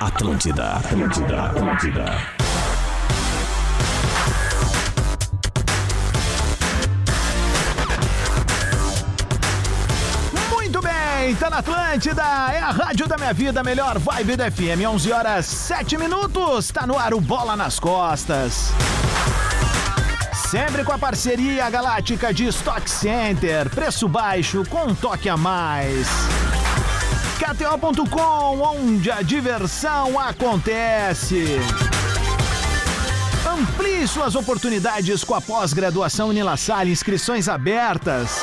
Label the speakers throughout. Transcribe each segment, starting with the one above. Speaker 1: Atlântida, Atlântida, Atlântida.
Speaker 2: Muito bem, tá na Atlântida, é a rádio da minha vida, melhor vibe da FM, 11 horas 7 minutos, tá no ar o Bola nas Costas. Sempre com a parceria galáctica de Stock Center, preço baixo com um toque a mais. KTO.com, onde a diversão acontece. Amplie suas oportunidades com a pós-graduação Unilassalle, inscrições abertas.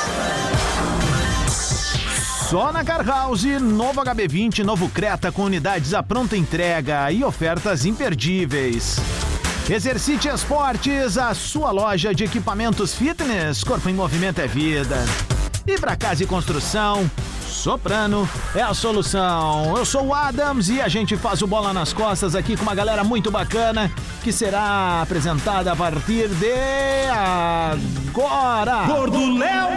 Speaker 2: Só na Car House, novo HB20, novo Creta com unidades à pronta entrega e ofertas imperdíveis. Exercite Esportes, a sua loja de equipamentos fitness, corpo em movimento é vida. E para casa e construção, Soprano é a solução. Eu sou o Adams e a gente faz o Bola nas Costas aqui com uma galera muito bacana que será apresentada a partir de agora.
Speaker 3: Gordo Léo!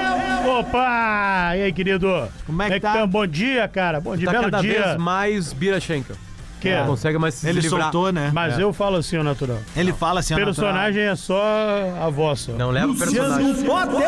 Speaker 3: Opa! E aí, querido?
Speaker 2: Como é que tá?
Speaker 3: tamo? Bom dia, cara. Bom dia,
Speaker 4: Tá
Speaker 3: belo
Speaker 4: cada
Speaker 3: dia.
Speaker 4: vez mais Birachenka.
Speaker 3: Que é.
Speaker 4: Não consegue mais se
Speaker 2: Ele
Speaker 4: livrar.
Speaker 2: soltou, né?
Speaker 3: Mas eu falo assim, o natural.
Speaker 2: Ele fala assim, ó,
Speaker 3: Personagem é só a voz, só.
Speaker 4: Não leva o personagem.
Speaker 2: natural.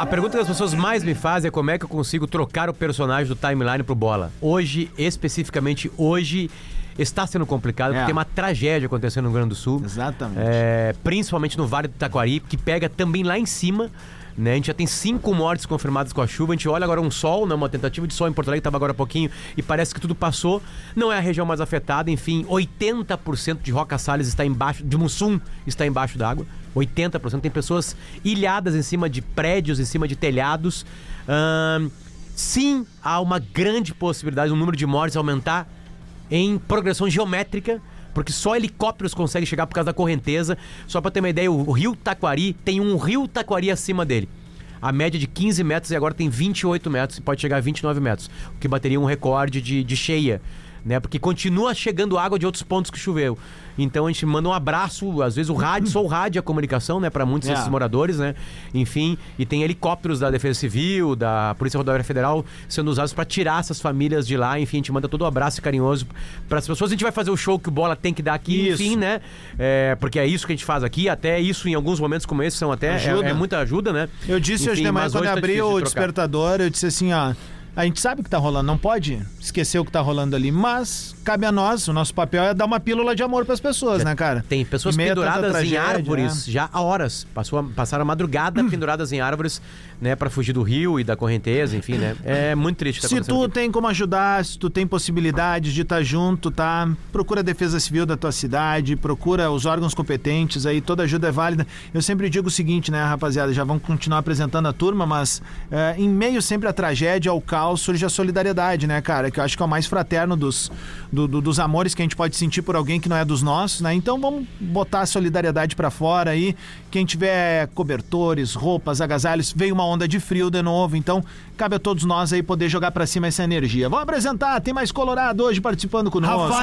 Speaker 4: A pergunta que as pessoas mais me fazem é como é que eu consigo trocar o personagem do timeline pro bola. Hoje, especificamente hoje, está sendo complicado
Speaker 2: É.
Speaker 4: porque tem uma tragédia acontecendo no Rio Grande do Sul.
Speaker 2: Exatamente.
Speaker 4: É, principalmente no Vale do Taquari, que pega também lá em cima. Né? A gente já tem cinco mortes confirmadas com a chuva. A gente olha agora um sol, né? uma tentativa de sol em Porto Alegre, estava agora há pouquinho, e parece que tudo passou. Não é a região mais afetada, enfim, 80% de Roca Salles está embaixo, de Mussum está embaixo d'água. 80%. Tem pessoas ilhadas em cima de prédios, em cima de telhados. Ahn, sim, há uma grande possibilidade do número de mortes aumentar em progressão geométrica, porque só helicópteros conseguem chegar por causa da correnteza. Só pra ter uma ideia, o rio Taquari tem um rio Taquari acima dele. A média de 15 metros e agora tem 28 metros e pode chegar a 29 metros, o que bateria um recorde de, de cheia. Né, porque continua chegando água de outros pontos que choveu. Então a gente manda um abraço, às vezes o rádio, só o rádio é a comunicação, né, para muitos
Speaker 2: É.
Speaker 4: desses moradores, né? Enfim, e tem helicópteros da Defesa Civil, da Polícia Rodoviária Federal sendo usados para tirar essas famílias de lá. Enfim, a gente manda todo um abraço carinhoso para as pessoas. A gente vai fazer o show que o Bola tem que dar aqui,
Speaker 2: Isso.
Speaker 4: enfim, né? É, porque é isso que a gente faz aqui. Até isso, em alguns momentos como esse, são até é,
Speaker 2: Ajuda.
Speaker 4: é muita ajuda, né?
Speaker 2: Eu disse hoje de
Speaker 4: Enfim,
Speaker 2: manhã,
Speaker 4: mas
Speaker 2: quando
Speaker 4: hoje tá
Speaker 2: abri
Speaker 4: difícil
Speaker 2: o
Speaker 4: de trocar.
Speaker 2: despertador, eu disse assim, ó. A gente sabe o que tá rolando, não pode esquecer o que tá rolando ali, mas cabe a nós, o nosso papel é dar uma pílula de amor pras pessoas, né, cara?
Speaker 4: Tem pessoas
Speaker 2: Em meio a tanta
Speaker 4: penduradas
Speaker 2: tragédia,
Speaker 4: em árvores
Speaker 2: né?
Speaker 4: já há horas. Passou a- passaram a madrugada penduradas em árvores, né? para fugir do rio e da correnteza, enfim, né? É muito triste. o que tá
Speaker 2: Se
Speaker 4: acontecendo
Speaker 2: tu
Speaker 4: aqui.
Speaker 2: tem como ajudar, se tu tem possibilidade de estar junto, tá? Procura a Defesa Civil da tua cidade, procura os órgãos competentes aí, toda ajuda é válida. Eu sempre digo o seguinte, né, rapaziada, já vamos continuar apresentando a turma, mas eh, em meio sempre à tragédia, ao caos, surge a solidariedade, né, cara? Que eu acho que é o mais fraterno dos, do- do- dos amores que a gente pode sentir por alguém que não é dos nossos, né? Então vamos botar a solidariedade pra fora aí. Quem tiver cobertores, roupas, agasalhos, veio uma onda de frio de novo, então cabe a todos nós aí poder jogar pra cima essa energia. Vamos apresentar, tem mais Colorado hoje participando conosco.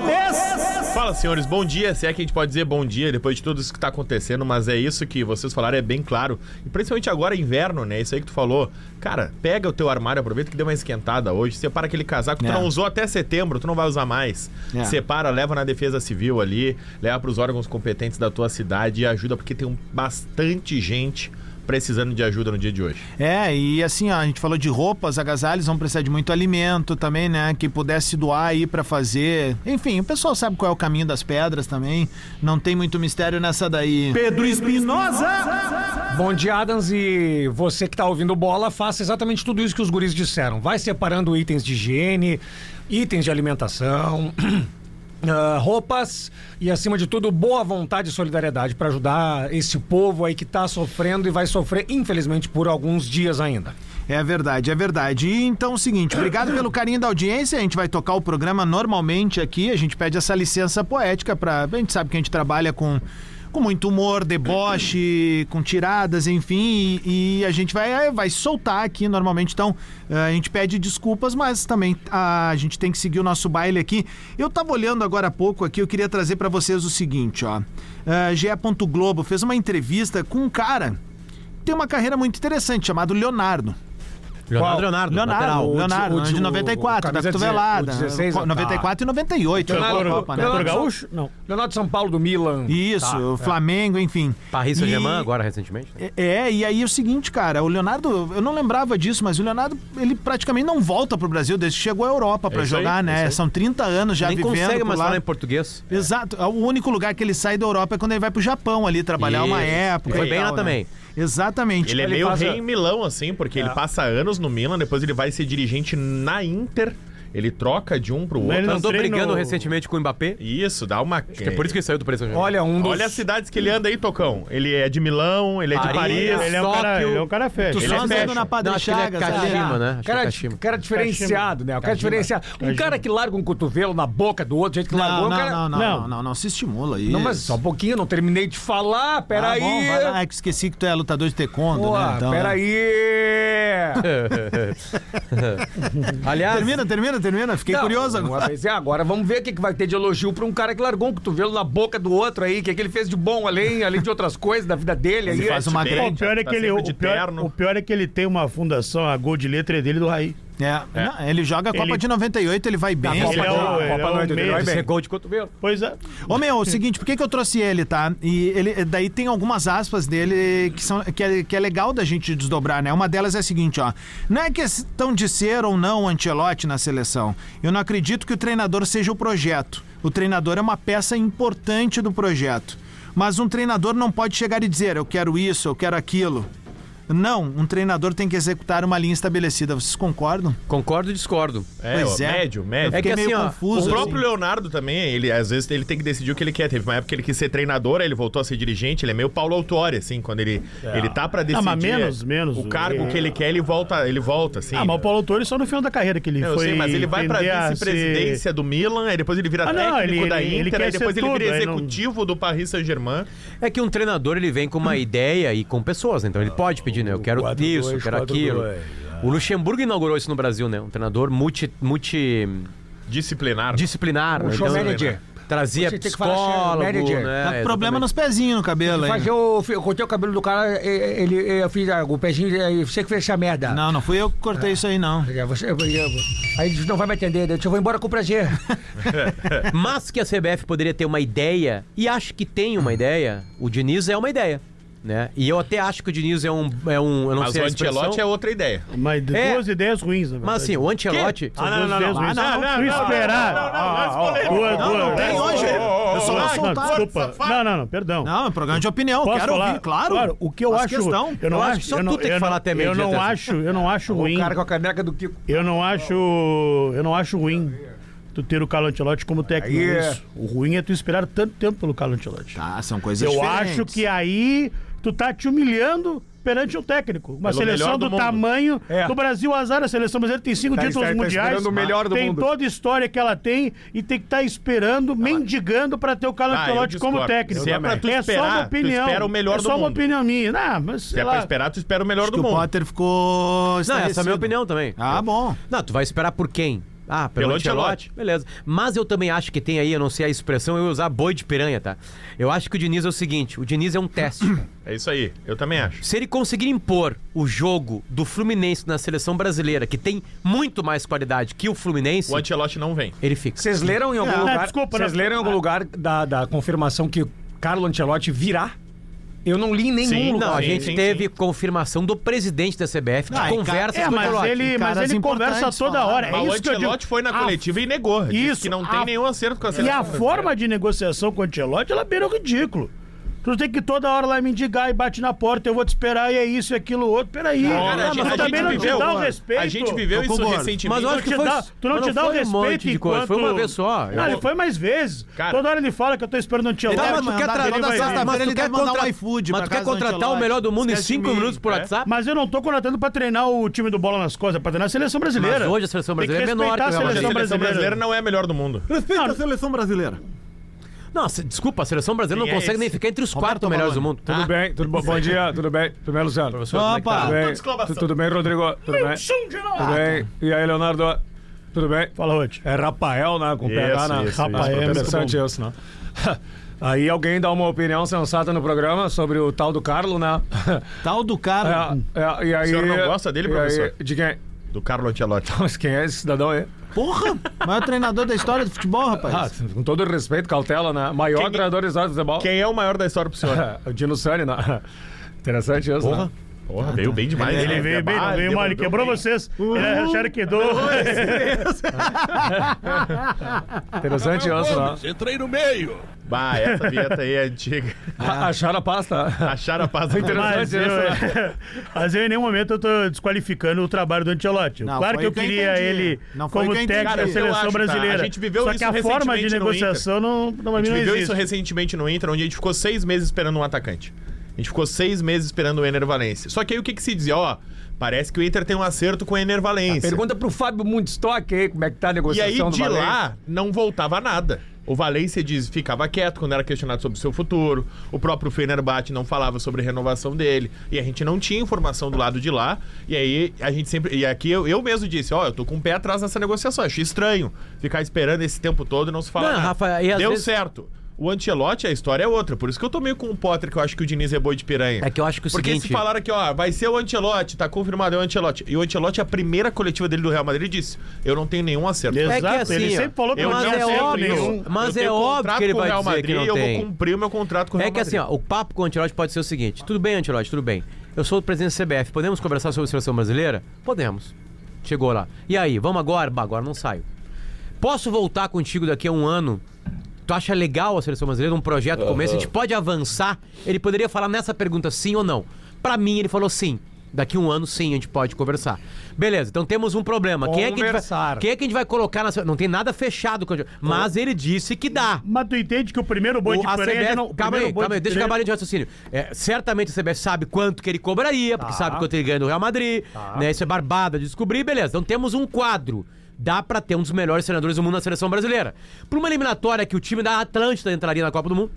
Speaker 5: Gomes! Fala, senhores, bom dia. Se é que a gente pode dizer bom dia depois de tudo isso que tá acontecendo, mas é isso que vocês falaram, é bem claro. E principalmente agora, inverno, né? Isso aí que tu falou. Cara, pega o teu armário, aproveita que deu uma esquentada hoje, separa aquele casaco que
Speaker 2: É.
Speaker 5: tu não usou até setembro, tu não vai usar mais.
Speaker 2: É.
Speaker 5: Separa, leva na defesa civil ali, leva pros órgãos competentes da tua cidade e ajuda, porque tem um- bastante gente precisando de ajuda no dia de hoje.
Speaker 4: Tipo,
Speaker 2: É, e assim, ó, a gente falou de roupas, agasalhos, vão precisar de muito alimento também, né? Que pudesse doar aí pra fazer. Enfim, o pessoal sabe qual é o caminho das pedras também. Não tem muito mistério nessa daí.
Speaker 3: Pedro Espinosa!
Speaker 6: Bom dia, Adams, e você que tá ouvindo bola, faça exatamente tudo isso que os guris disseram. Vai separando itens de higiene, itens de alimentação, ah, roupas e, acima de tudo, boa vontade e solidariedade para ajudar esse povo aí que tá sofrendo e vai sofrer, infelizmente, por alguns dias ainda.
Speaker 2: É verdade, é verdade. E então é o seguinte, obrigado pelo carinho da audiência. A gente vai tocar o programa normalmente aqui. A gente pede essa licença poética para a gente sabe que a gente trabalha com com muito humor, deboche, com tiradas, enfim, e, e a gente vai, eh, vai soltar aqui normalmente. Então, eh, a gente pede desculpas, mas também ah, a, gente tem que seguir o nosso baile aqui. Eu tava olhando agora há pouco aqui, eu queria trazer para vocês o seguinte, ó. Uh, GE. Globo fez uma entrevista com um cara que tem uma carreira muito interessante chamado Leonardo.
Speaker 4: Leonardo, Leonardo,
Speaker 2: Leonardo,
Speaker 4: lateral.
Speaker 2: Leonardo,
Speaker 6: O de- o de-
Speaker 2: de 94,
Speaker 6: o
Speaker 2: da
Speaker 6: camisa
Speaker 2: cotovelada.
Speaker 6: 16,
Speaker 2: Co- 94 e 98, foi a
Speaker 6: Leonardo-
Speaker 2: Copa, né?
Speaker 6: Leonardo- Tá, é.
Speaker 3: Doutor Gaúcho? Não.
Speaker 6: Leonardo São Paulo do Milan.
Speaker 2: Isso, o Flamengo, enfim.
Speaker 4: Paris Saint-Germain
Speaker 2: E-
Speaker 4: agora, recentemente. né?
Speaker 2: É, É, e aí é o seguinte, cara, o Leonardo, eu não lembrava disso, mas o Leonardo, ele praticamente não volta pro Brasil desde que chegou à Europa pra
Speaker 5: É isso aí,
Speaker 2: jogar,
Speaker 5: é isso
Speaker 2: né?
Speaker 5: aí.
Speaker 2: São 30 anos já
Speaker 4: Nem
Speaker 2: vivendo
Speaker 4: consegue
Speaker 2: por
Speaker 4: mais
Speaker 2: lá.
Speaker 4: falar em português.
Speaker 2: Exato, é o único lugar que ele sai da Europa é quando ele vai pro Japão ali trabalhar uma
Speaker 4: Isso.
Speaker 2: época.
Speaker 4: Foi
Speaker 2: e
Speaker 4: bem
Speaker 2: tal, né?
Speaker 4: lá também.
Speaker 2: Exatamente.
Speaker 5: Ele é
Speaker 6: ele
Speaker 5: meio
Speaker 6: faz
Speaker 5: rei
Speaker 6: a-
Speaker 5: em Milão, assim, porque
Speaker 4: É.
Speaker 5: ele passa anos no Milan, depois ele vai ser dirigente na Inter, ele troca de um pro outro.
Speaker 3: Ele não
Speaker 4: Andou
Speaker 3: treina
Speaker 4: brigando
Speaker 3: o-
Speaker 4: recentemente com o Mbappé.
Speaker 5: Isso, dá uma.
Speaker 4: Que é por isso que ele saiu do Paris Saint-Germain.
Speaker 6: Olha, um dos.
Speaker 5: Olha as cidades que ele anda aí, Tocão. Ele é de Milão, ele é de
Speaker 4: Paris.
Speaker 5: Paris.
Speaker 3: Ele é um cara,
Speaker 4: Tóquio.
Speaker 3: ele é um cara feio.
Speaker 2: Tu
Speaker 5: Ele
Speaker 2: só
Speaker 5: é
Speaker 2: andando
Speaker 5: fashion.
Speaker 2: na
Speaker 4: Não,
Speaker 2: Padre
Speaker 4: acho que ele é
Speaker 2: Chagas, ali,
Speaker 4: Kashima,
Speaker 2: ah,
Speaker 4: né? Acho
Speaker 6: Cara,
Speaker 4: que é Kashima.
Speaker 6: cara diferenciado, né? O cara
Speaker 3: Kashima.
Speaker 6: diferenciado. Um
Speaker 3: Kashima.
Speaker 6: cara que larga um cotovelo na boca do outro, gente que
Speaker 2: Não,
Speaker 6: largou,
Speaker 2: não,
Speaker 6: o cara.
Speaker 2: não, não,
Speaker 3: Não.
Speaker 2: não, não, não, se estimula isso.
Speaker 6: Não, mas só um pouquinho, não terminei de falar,
Speaker 2: Ah,
Speaker 6: peraí.
Speaker 2: bom, vai lá, é que esqueci que tu é lutador de taekwondo,
Speaker 6: Pô,
Speaker 2: né? Então,
Speaker 6: peraí.
Speaker 4: Aliás,
Speaker 2: Termina, termina, termina. Fiquei
Speaker 6: Não,
Speaker 2: curioso
Speaker 6: uma
Speaker 2: agora.
Speaker 6: vez, é, agora vamos ver o que, que vai ter de elogio pra um cara que largou um cotovelo na boca do outro aí, o que, que ele fez de bom além, além de outras coisas da vida dele aí.
Speaker 5: Ele faz uma
Speaker 2: Pô,
Speaker 3: Pô,
Speaker 5: grande.
Speaker 3: o, pior é que
Speaker 5: tá
Speaker 3: ele,
Speaker 5: sempre
Speaker 3: o,
Speaker 5: de
Speaker 3: pior,
Speaker 5: terno.
Speaker 3: o pior é que ele tem uma fundação, a gol de letra é dele do Raí.
Speaker 2: É, não, ele joga a Copa
Speaker 3: Ele-
Speaker 2: de 98, ele vai bem.
Speaker 6: Copa
Speaker 3: Ele é
Speaker 6: não,
Speaker 3: o,
Speaker 6: Copa
Speaker 3: ele é
Speaker 6: não,
Speaker 3: o
Speaker 6: ele
Speaker 3: meio.
Speaker 6: vai
Speaker 4: esse
Speaker 6: bem.
Speaker 4: é gol de cotovelo.
Speaker 3: Pois é.
Speaker 2: Ô meu, é o seguinte, por que, que eu trouxe ele, tá? E ele, daí tem algumas aspas dele que, são, que, é, que é legal da gente desdobrar, né? Uma delas é a seguinte, ó. Não é questão de ser ou não o Ancelotti na seleção. Eu não acredito que o treinador seja o projeto. O treinador é uma peça importante do projeto. Mas um treinador não pode chegar e dizer, eu quero isso, eu quero aquilo. Não, um treinador tem que executar uma linha estabelecida. Vocês concordam?
Speaker 4: Concordo e discordo.
Speaker 5: É,
Speaker 2: Pois
Speaker 5: ó,
Speaker 2: é.
Speaker 5: médio, médio.
Speaker 4: É que
Speaker 2: Fiquei meio
Speaker 4: assim, ó,
Speaker 5: O
Speaker 2: confuso.
Speaker 5: próprio
Speaker 2: assim.
Speaker 5: Leonardo também, ele às vezes ele tem que decidir o que ele quer. Teve uma época que ele quis ser treinador, aí ele voltou a ser dirigente, ele é meio Paulo Autori, assim, quando ele, ele tá pra decidir.
Speaker 3: Ah, mas menos, menos.
Speaker 5: O cargo
Speaker 3: É.
Speaker 5: que ele quer, ele volta, ele volta, assim.
Speaker 3: Ah, mas o Paulo Autori só no final da carreira que ele
Speaker 5: Eu
Speaker 3: foi.
Speaker 5: sei, mas ele vai pra
Speaker 3: tender a ser-
Speaker 5: vice-presidência do Milan, aí depois ele vira
Speaker 3: Ah, não,
Speaker 5: técnico
Speaker 3: ele-
Speaker 5: da
Speaker 3: ele-
Speaker 5: Inter,
Speaker 3: ele quer
Speaker 5: aí depois
Speaker 3: ser
Speaker 5: ele vira
Speaker 3: tudo, aí não-
Speaker 5: executivo do Paris Saint-Germain.
Speaker 4: É que um treinador ele vem com uma ideia e com pessoas, né? então ele pode pedir, né? Eu quero
Speaker 6: quatro,
Speaker 4: isso, eu
Speaker 6: dois,
Speaker 4: quero
Speaker 6: quatro,
Speaker 4: aquilo.
Speaker 6: dois,
Speaker 4: O Luxemburgo inaugurou isso no Brasil, né? Um treinador multi, multi
Speaker 5: Disciplinar.
Speaker 4: disciplinar. né?
Speaker 6: show manager.
Speaker 4: trazia
Speaker 6: Você tem que falar
Speaker 4: psicólogo,
Speaker 6: cheio, manager.
Speaker 4: né?
Speaker 2: Tá com problema nos pezinhos no cabelo, hein?
Speaker 6: Mas eu, eu cortei o cabelo do cara, eh, ele, eh, eu fiz ah, o pezinho, eh, você que fez essa merda.
Speaker 2: Não, não fui eu que cortei isso aí, não.
Speaker 6: Aí Você, eu- eu- aí ele disse, não vai me atender, eu disse, eu vou embora com prazer.
Speaker 4: Mas que a CBF poderia ter uma ideia, e acho que tem uma ideia, o Diniz é uma ideia. Né? E eu até acho que o Diniz é um. É um eu não
Speaker 5: Mas
Speaker 4: sei
Speaker 5: o
Speaker 4: a expressão,
Speaker 5: Ancelotti é outra ideia.
Speaker 3: Mas
Speaker 4: É.
Speaker 3: duas ideias ruins, na
Speaker 4: Mas assim,
Speaker 3: verdade.
Speaker 4: o Ancelotti.
Speaker 3: São duas ideias ruins.
Speaker 2: Ah, não,
Speaker 3: Tu esperar. Duas,
Speaker 2: não, não
Speaker 3: duas.
Speaker 2: tem hoje. Eu só vou
Speaker 3: Não,
Speaker 2: soltar.
Speaker 3: Desculpa. Não, não, não, perdão.
Speaker 2: Não, é programa de opinião,
Speaker 3: Posso
Speaker 2: quero
Speaker 3: falar?
Speaker 2: ouvir, claro.
Speaker 3: O que eu
Speaker 2: Faz
Speaker 3: acho.
Speaker 2: questão.
Speaker 3: Eu não
Speaker 4: Eu acho
Speaker 3: acho.
Speaker 4: que só
Speaker 3: eu não-
Speaker 4: tu tem que
Speaker 3: eu
Speaker 4: falar
Speaker 3: não-
Speaker 4: até
Speaker 3: Eu
Speaker 4: meio-dia,
Speaker 3: não
Speaker 4: Terça.
Speaker 3: acho, eu não acho ruim.
Speaker 6: o cara com a caneca do Kiko.
Speaker 3: Eu não acho. Eu não acho ruim tu ter o Carlo Ancelotti como técnico.
Speaker 6: Aí é.
Speaker 3: Isso. O ruim é tu esperar tanto tempo pelo Carlo Ancelotti.
Speaker 2: Tá, são coisas
Speaker 3: Eu
Speaker 2: diferentes.
Speaker 3: acho que é aí tu tá te humilhando perante o técnico. Uma
Speaker 5: Pelo
Speaker 3: seleção
Speaker 5: É melhor do
Speaker 3: do,
Speaker 5: mundo.
Speaker 3: tamanho
Speaker 6: É.
Speaker 3: do Brasil azar. A seleção brasileira tem cinco
Speaker 6: Tá-
Speaker 3: títulos
Speaker 6: tá- tá
Speaker 3: mundiais.
Speaker 6: esperando o melhor do
Speaker 3: tem
Speaker 6: mundo.
Speaker 3: toda a história que ela tem e tem que estar esperando, mendigando pra ter o Carlo
Speaker 5: Tá Ah, eu
Speaker 3: Ancelotti como
Speaker 5: discordo.
Speaker 3: técnico.
Speaker 5: Se é pra tu
Speaker 3: só uma
Speaker 5: esperar, tu
Speaker 3: opinião.
Speaker 5: espera o melhor
Speaker 3: é
Speaker 5: do
Speaker 3: só uma
Speaker 5: mundo.
Speaker 3: opinião minha. Não, mas
Speaker 5: Se
Speaker 3: sei
Speaker 5: é
Speaker 3: lá.
Speaker 5: pra esperar, tu espera o melhor
Speaker 2: Acho que
Speaker 5: do
Speaker 2: o
Speaker 5: mundo.
Speaker 2: Potter ficou.
Speaker 5: tá
Speaker 4: Não, essa é a minha
Speaker 2: estarecido.
Speaker 4: opinião também.
Speaker 2: Ah, bom.
Speaker 4: Não, tu vai esperar por quem? Ah, pelo,
Speaker 5: Pelo
Speaker 4: Ancelotti.
Speaker 5: Ancelotti.
Speaker 4: Beleza. Mas eu também acho que tem aí, eu não sei a expressão, eu ia usar boi de piranha, tá? Eu acho que o Diniz é o seguinte, o Diniz é um teste. cara.
Speaker 5: É isso aí, eu também acho.
Speaker 4: Se ele conseguir impor o jogo do Fluminense na seleção brasileira, que tem muito mais qualidade que o Fluminense,
Speaker 5: O Ancelotti não vem.
Speaker 4: ele fica.
Speaker 6: Vocês leram em algum
Speaker 3: É, não,
Speaker 6: lugar?
Speaker 3: desculpa,
Speaker 6: Vocês
Speaker 3: não.
Speaker 6: leram em algum lugar da, da confirmação que o Carlo Ancelotti virá? Eu não li em nenhum
Speaker 5: Sim,
Speaker 6: lugar.
Speaker 4: Não, a
Speaker 5: Sim,
Speaker 4: gente
Speaker 5: sim,
Speaker 4: teve
Speaker 5: sim.
Speaker 4: confirmação do presidente da CBF, que
Speaker 2: Ah, e cara-
Speaker 4: conversa
Speaker 3: É,
Speaker 4: com o
Speaker 3: mas
Speaker 4: Ancelotti.
Speaker 3: ele, mas
Speaker 2: caras
Speaker 3: ele conversa
Speaker 2: importantes né?
Speaker 3: toda
Speaker 2: falaram.
Speaker 3: hora. É
Speaker 5: Mas o
Speaker 3: isso que eu digo.
Speaker 5: Ancelotti foi na
Speaker 3: A
Speaker 5: coletiva e negou.
Speaker 3: Isso,
Speaker 5: Disse que não tem
Speaker 3: a-
Speaker 5: nenhum acerto com a
Speaker 3: E
Speaker 5: seleção.
Speaker 3: a forma de negociação com o Ancelotti, ela beira o ridículo. Tu tem que toda hora lá mendigar e bate na porta, eu vou te esperar e é isso, e aquilo, outro. Peraí,
Speaker 5: Cara, a
Speaker 3: tu
Speaker 5: gente- a
Speaker 3: também
Speaker 5: gente
Speaker 3: não
Speaker 5: viveu-
Speaker 3: te dá o respeito.
Speaker 5: A gente viveu
Speaker 2: Eu
Speaker 5: isso
Speaker 2: concordo.
Speaker 5: recentemente.
Speaker 4: Mas eu acho
Speaker 3: Tu
Speaker 4: que
Speaker 3: te
Speaker 4: foi.
Speaker 3: dá- tu não,
Speaker 4: mas
Speaker 3: te dá o
Speaker 4: foi um
Speaker 3: respeito
Speaker 4: monte de coisa,
Speaker 3: enquanto...
Speaker 4: Foi uma vez só.
Speaker 3: Não, ele foi mais vezes.
Speaker 5: Cara-
Speaker 3: toda hora ele fala que eu tô esperando o Ancelotti.
Speaker 4: Tá, mas
Speaker 2: Ele
Speaker 4: tu quer
Speaker 2: vai
Speaker 4: tratar
Speaker 2: mandar-
Speaker 4: da
Speaker 2: toda
Speaker 4: sexta-feira,
Speaker 2: sexta-feira
Speaker 4: ele
Speaker 2: ele quer
Speaker 4: quer
Speaker 2: mandar
Speaker 4: contra-
Speaker 2: um iFood
Speaker 4: Mas
Speaker 2: pra
Speaker 4: tu quer
Speaker 2: casa do
Speaker 4: contratar o
Speaker 2: Ancelotti.
Speaker 4: melhor do mundo em
Speaker 2: Esquece de
Speaker 4: 5
Speaker 2: mim.
Speaker 4: minutos por
Speaker 2: É.
Speaker 4: WhatsApp?
Speaker 3: Mas eu não tô contratando pra treinar o time do Bola nas Costas, é pra treinar a seleção brasileira.
Speaker 4: Mas hoje a seleção
Speaker 3: Tem que
Speaker 4: brasileira é menor
Speaker 3: respeitar
Speaker 4: que o
Speaker 3: a
Speaker 4: Real
Speaker 5: A
Speaker 3: seleção
Speaker 4: Madrid.
Speaker 5: seleção
Speaker 3: brasileira.
Speaker 5: brasileira não é a melhor do mundo.
Speaker 2: Respeita
Speaker 3: Não.
Speaker 2: a seleção brasileira.
Speaker 4: Não, se- desculpa, a seleção brasileira
Speaker 5: Quem
Speaker 4: não
Speaker 5: é
Speaker 4: consegue
Speaker 5: esse?
Speaker 4: nem ficar entre os
Speaker 2: Roberto
Speaker 4: quatro melhores do
Speaker 2: Baloni.
Speaker 4: mundo. Tudo
Speaker 5: Ah.
Speaker 6: Tudo bem, tudo bom, bom dia, tudo bem, tudo bem, Luciano?
Speaker 4: Professor, como é que tá?
Speaker 2: Opa!
Speaker 6: Tudo bem?
Speaker 5: exclamação.
Speaker 6: Tu- tudo bem, Rodrigo? Tudo bem? Tudo bem? E aí, Leonardo? Tudo bem?
Speaker 3: Fala, Rote.
Speaker 6: É Rafael, né? Com
Speaker 5: Isso,
Speaker 6: PH, né?
Speaker 5: isso, é isso.
Speaker 6: Rafael,
Speaker 3: Rafael,
Speaker 6: interessante
Speaker 3: muito
Speaker 6: isso, né? Aí alguém dá uma opinião sensata no programa sobre o tal do Carlo, né?
Speaker 2: Tal do cara.
Speaker 6: É, é, e aí,
Speaker 5: senhor não gosta dele,
Speaker 6: e aí-
Speaker 5: professor?
Speaker 6: de quem?
Speaker 5: Do Carlo Ancelotti.
Speaker 6: Mas quem é esse cidadão aí?
Speaker 2: Porra! Maior treinador da história do futebol,
Speaker 6: Ah,
Speaker 2: rapaz.
Speaker 6: com todo respeito, cautela, né? Maior
Speaker 5: Quem-
Speaker 6: treinador da história do futebol.
Speaker 5: Quem é o maior da história pro senhor?
Speaker 6: É, o Dino Sani, né? Interessante isso, né?
Speaker 5: Porra, veio bem demais.
Speaker 3: Ele
Speaker 5: né?
Speaker 3: veio bem, não
Speaker 5: Ah,
Speaker 3: veio mal, ele
Speaker 5: demandou
Speaker 3: quebrou
Speaker 5: bem.
Speaker 3: vocês. Ele é acharam que dou.
Speaker 6: Interessante isso, né?
Speaker 5: Bah, essa vinheta aí é antiga.
Speaker 6: A- Acharam Ah, a pasta.
Speaker 5: Acharam a paz do
Speaker 3: Mas eu, É. mas eu em nenhum momento eu tô desqualificando o trabalho do Ancelotti.
Speaker 2: Não,
Speaker 3: claro
Speaker 2: foi
Speaker 3: que eu
Speaker 2: o que eu
Speaker 3: queria
Speaker 2: entendi.
Speaker 3: ele
Speaker 2: Não foi
Speaker 3: como
Speaker 2: o que eu
Speaker 3: técnico
Speaker 2: entendi.
Speaker 3: da
Speaker 5: Eu
Speaker 3: seleção
Speaker 5: acho, tá?
Speaker 3: brasileira.
Speaker 5: A gente viveu
Speaker 3: Só
Speaker 5: isso
Speaker 3: que a forma de
Speaker 5: recentemente no
Speaker 3: negociação não, não, é
Speaker 5: A
Speaker 3: não
Speaker 5: gente viveu
Speaker 3: existe.
Speaker 5: isso recentemente no Inter, onde a gente ficou seis meses esperando um atacante. A gente ficou seis meses esperando o Ener Valencia. Só que aí o que, que se dizia? Ó, parece que o Inter tem um acerto com o Ener Valencia.
Speaker 6: Pergunta pro Fábio Mundstock aí como é que tá a
Speaker 5: E
Speaker 6: negociação
Speaker 5: aí
Speaker 6: do
Speaker 5: de
Speaker 6: Valencia.
Speaker 5: lá não voltava nada. O Valencia diz, ficava quieto quando era questionado sobre o seu futuro. O próprio Fenerbahçe não falava sobre a renovação dele. E a gente não tinha informação do lado de lá. E aí a gente sempre. E aqui eu, eu mesmo disse: Ó, eu tô com o pé atrás nessa negociação. Achei estranho ficar esperando esse tempo todo e não se falar.
Speaker 4: Não,
Speaker 5: nada.
Speaker 4: Rafa, e às
Speaker 5: Deu
Speaker 4: vezes-
Speaker 5: certo. O Ancelotti, a história é outra. Por isso que eu tô meio com o Potter, que eu acho que o Diniz é boi de piranha.
Speaker 4: É que eu acho que o
Speaker 5: Porque
Speaker 4: seguinte-
Speaker 5: se falaram que, ó, vai ser o Ancelotti, tá confirmado, é o Ancelotti. E o Ancelotti, a primeira coletiva dele do Real Madrid, disse: Eu não tenho nenhum acerto.
Speaker 3: Exato,
Speaker 4: É que
Speaker 3: ele
Speaker 4: assim, ó,
Speaker 3: sempre falou que
Speaker 5: Eu
Speaker 3: não
Speaker 4: mas
Speaker 5: não
Speaker 3: tinha
Speaker 4: é
Speaker 5: aceito
Speaker 3: acerto
Speaker 4: óbvio,
Speaker 3: nenhum.
Speaker 4: mas é
Speaker 5: eu tenho
Speaker 4: óbvio
Speaker 5: contrato
Speaker 4: que ele
Speaker 5: com o
Speaker 4: vai
Speaker 5: Real
Speaker 4: dizer
Speaker 5: Madrid,
Speaker 4: que não
Speaker 5: eu
Speaker 4: tem.
Speaker 5: vou cumprir o meu contrato com o
Speaker 4: É
Speaker 5: Real
Speaker 4: que assim,
Speaker 5: Madrid.
Speaker 4: ó, o papo com o Antilote pode ser o seguinte: tudo bem, Antilote, tudo bem. Eu sou o presidente da CBF, podemos conversar sobre a seleção brasileira? Podemos. Chegou lá. E aí, vamos agora? Bah, agora não saio. Posso voltar contigo daqui a um ano? Tu acha legal a seleção brasileira, um projeto começo? A gente pode avançar? Ele poderia falar nessa pergunta sim ou não. Pra mim, ele falou sim. Daqui a um ano, sim, a gente pode conversar. Beleza, então temos um problema. Quem é, que a gente vai,
Speaker 6: Conversar.
Speaker 4: quem é que a gente vai colocar na. sele- Não tem nada fechado. com o Ancelotti. Mas ele disse que dá.
Speaker 3: Mas tu entende que o primeiro boi
Speaker 4: O-
Speaker 3: de
Speaker 4: a
Speaker 3: piranha...
Speaker 4: CBF,
Speaker 3: ele não- o
Speaker 4: calma
Speaker 3: primeiro
Speaker 4: aí,
Speaker 3: boi
Speaker 4: calma aí,
Speaker 3: de
Speaker 4: deixa eu
Speaker 3: piranha-
Speaker 4: acabar a linha de raciocínio. É, certamente a CBF sabe quanto que ele cobraria,
Speaker 5: Tá.
Speaker 4: porque sabe quanto ele ganha no Real Madrid, né? Isso é barbada de descobrir, beleza. Então temos um quadro. Dá pra ter um dos melhores treinadores do mundo na seleção brasileira. Pra uma eliminatória que o time da Atlântida entraria na Copa do Mundo.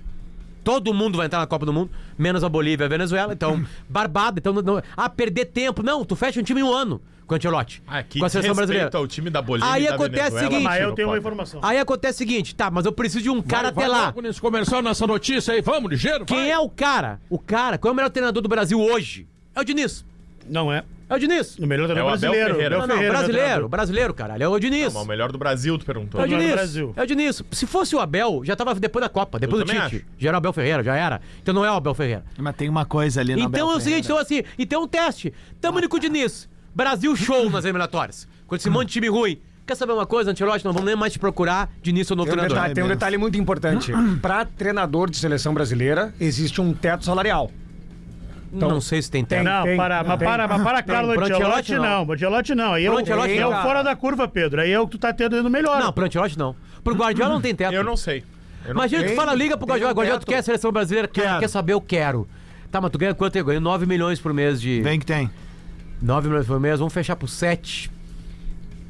Speaker 4: Todo mundo vai entrar na Copa do Mundo, menos a Bolívia e a Venezuela. Então, barbada. Então, não- não- ah, perder tempo. Não, tu fecha um time em um ano com o Ancelotti.
Speaker 5: Ah, que
Speaker 4: com a seleção
Speaker 5: desrespeito
Speaker 4: brasileira.
Speaker 5: ao time da Bolívia
Speaker 4: Aí
Speaker 5: e da
Speaker 4: acontece o
Speaker 5: Venezuela,
Speaker 4: seguinte-
Speaker 5: mas
Speaker 3: Mas eu tenho uma
Speaker 5: Potter.
Speaker 3: informação.
Speaker 4: Aí acontece o seguinte, tá, mas eu preciso de um cara até
Speaker 7: vai
Speaker 4: lá.
Speaker 7: logo nesse comercial, nessa notícia aí, vamos, ligeiro, vai.
Speaker 4: Quem é o cara? O cara, qual é o melhor treinador do Brasil hoje? É o Diniz.
Speaker 3: Não é.
Speaker 4: É o Diniz.
Speaker 3: O melhor
Speaker 5: É o
Speaker 3: treinador
Speaker 5: Abel
Speaker 3: brasileiro.
Speaker 5: Ferreira.
Speaker 3: Abel
Speaker 4: Não, não,
Speaker 3: Ferreira, meu
Speaker 4: brasileiro,
Speaker 3: treinador.
Speaker 4: brasileiro, cara. É o Diniz.
Speaker 5: Mas o melhor do Brasil, tu perguntou.
Speaker 4: É o
Speaker 3: melhor do
Speaker 4: Diniz.
Speaker 3: Brasil.
Speaker 4: É o Diniz. Se fosse o Abel, já tava depois da Copa, depois
Speaker 5: Eu
Speaker 4: do
Speaker 5: também
Speaker 4: Tite.
Speaker 5: acho.
Speaker 4: Já era o Abel Ferreira, já era. Então não é o Abel Ferreira.
Speaker 2: Mas tem uma coisa ali no
Speaker 4: então
Speaker 2: Abel
Speaker 4: é o
Speaker 2: Ferreira.
Speaker 4: seguinte, então assim, então é um teste. Tamo indo com o Diniz. Brasil show nas eliminatórias. Com esse monte de time ruim. Quer saber uma coisa, Antilote? Não vamos nem mais te procurar Diniz, seu novo
Speaker 6: Tem um,
Speaker 4: treinador.
Speaker 6: detalhe, tem um detalhe muito importante. Pra treinador de seleção brasileira, existe um teto salarial.
Speaker 4: não sei se tem tempo.
Speaker 3: Não,
Speaker 6: Tem,
Speaker 3: para,
Speaker 6: não,
Speaker 3: mas
Speaker 6: tem.
Speaker 3: para, mas para, Carlo
Speaker 4: pro Ancelotti,
Speaker 3: Ancelotti não. Pro Ancelotti não. Aí é o-
Speaker 4: Pro Ancelotti,
Speaker 3: é o
Speaker 4: não.
Speaker 3: fora da curva, Pedro. Aí é o que tu tá tendo aí no melhor.
Speaker 4: Não, pro Antilote não. Pro Guardiola não tem teto.
Speaker 5: Eu não sei. Eu não-
Speaker 4: Imagina, tu
Speaker 6: tem,
Speaker 4: fala, liga pro
Speaker 6: tem
Speaker 4: Guardiola.
Speaker 6: um
Speaker 4: Guardiola, tu
Speaker 6: teto.
Speaker 4: quer a seleção brasileira? Quero. Quer saber? Eu quero. Tá, mas tu ganha quanto? Eu ganho 9 milhões por mês de...
Speaker 2: Vem que tem.
Speaker 4: 9 milhões por mês, vamos fechar por 7.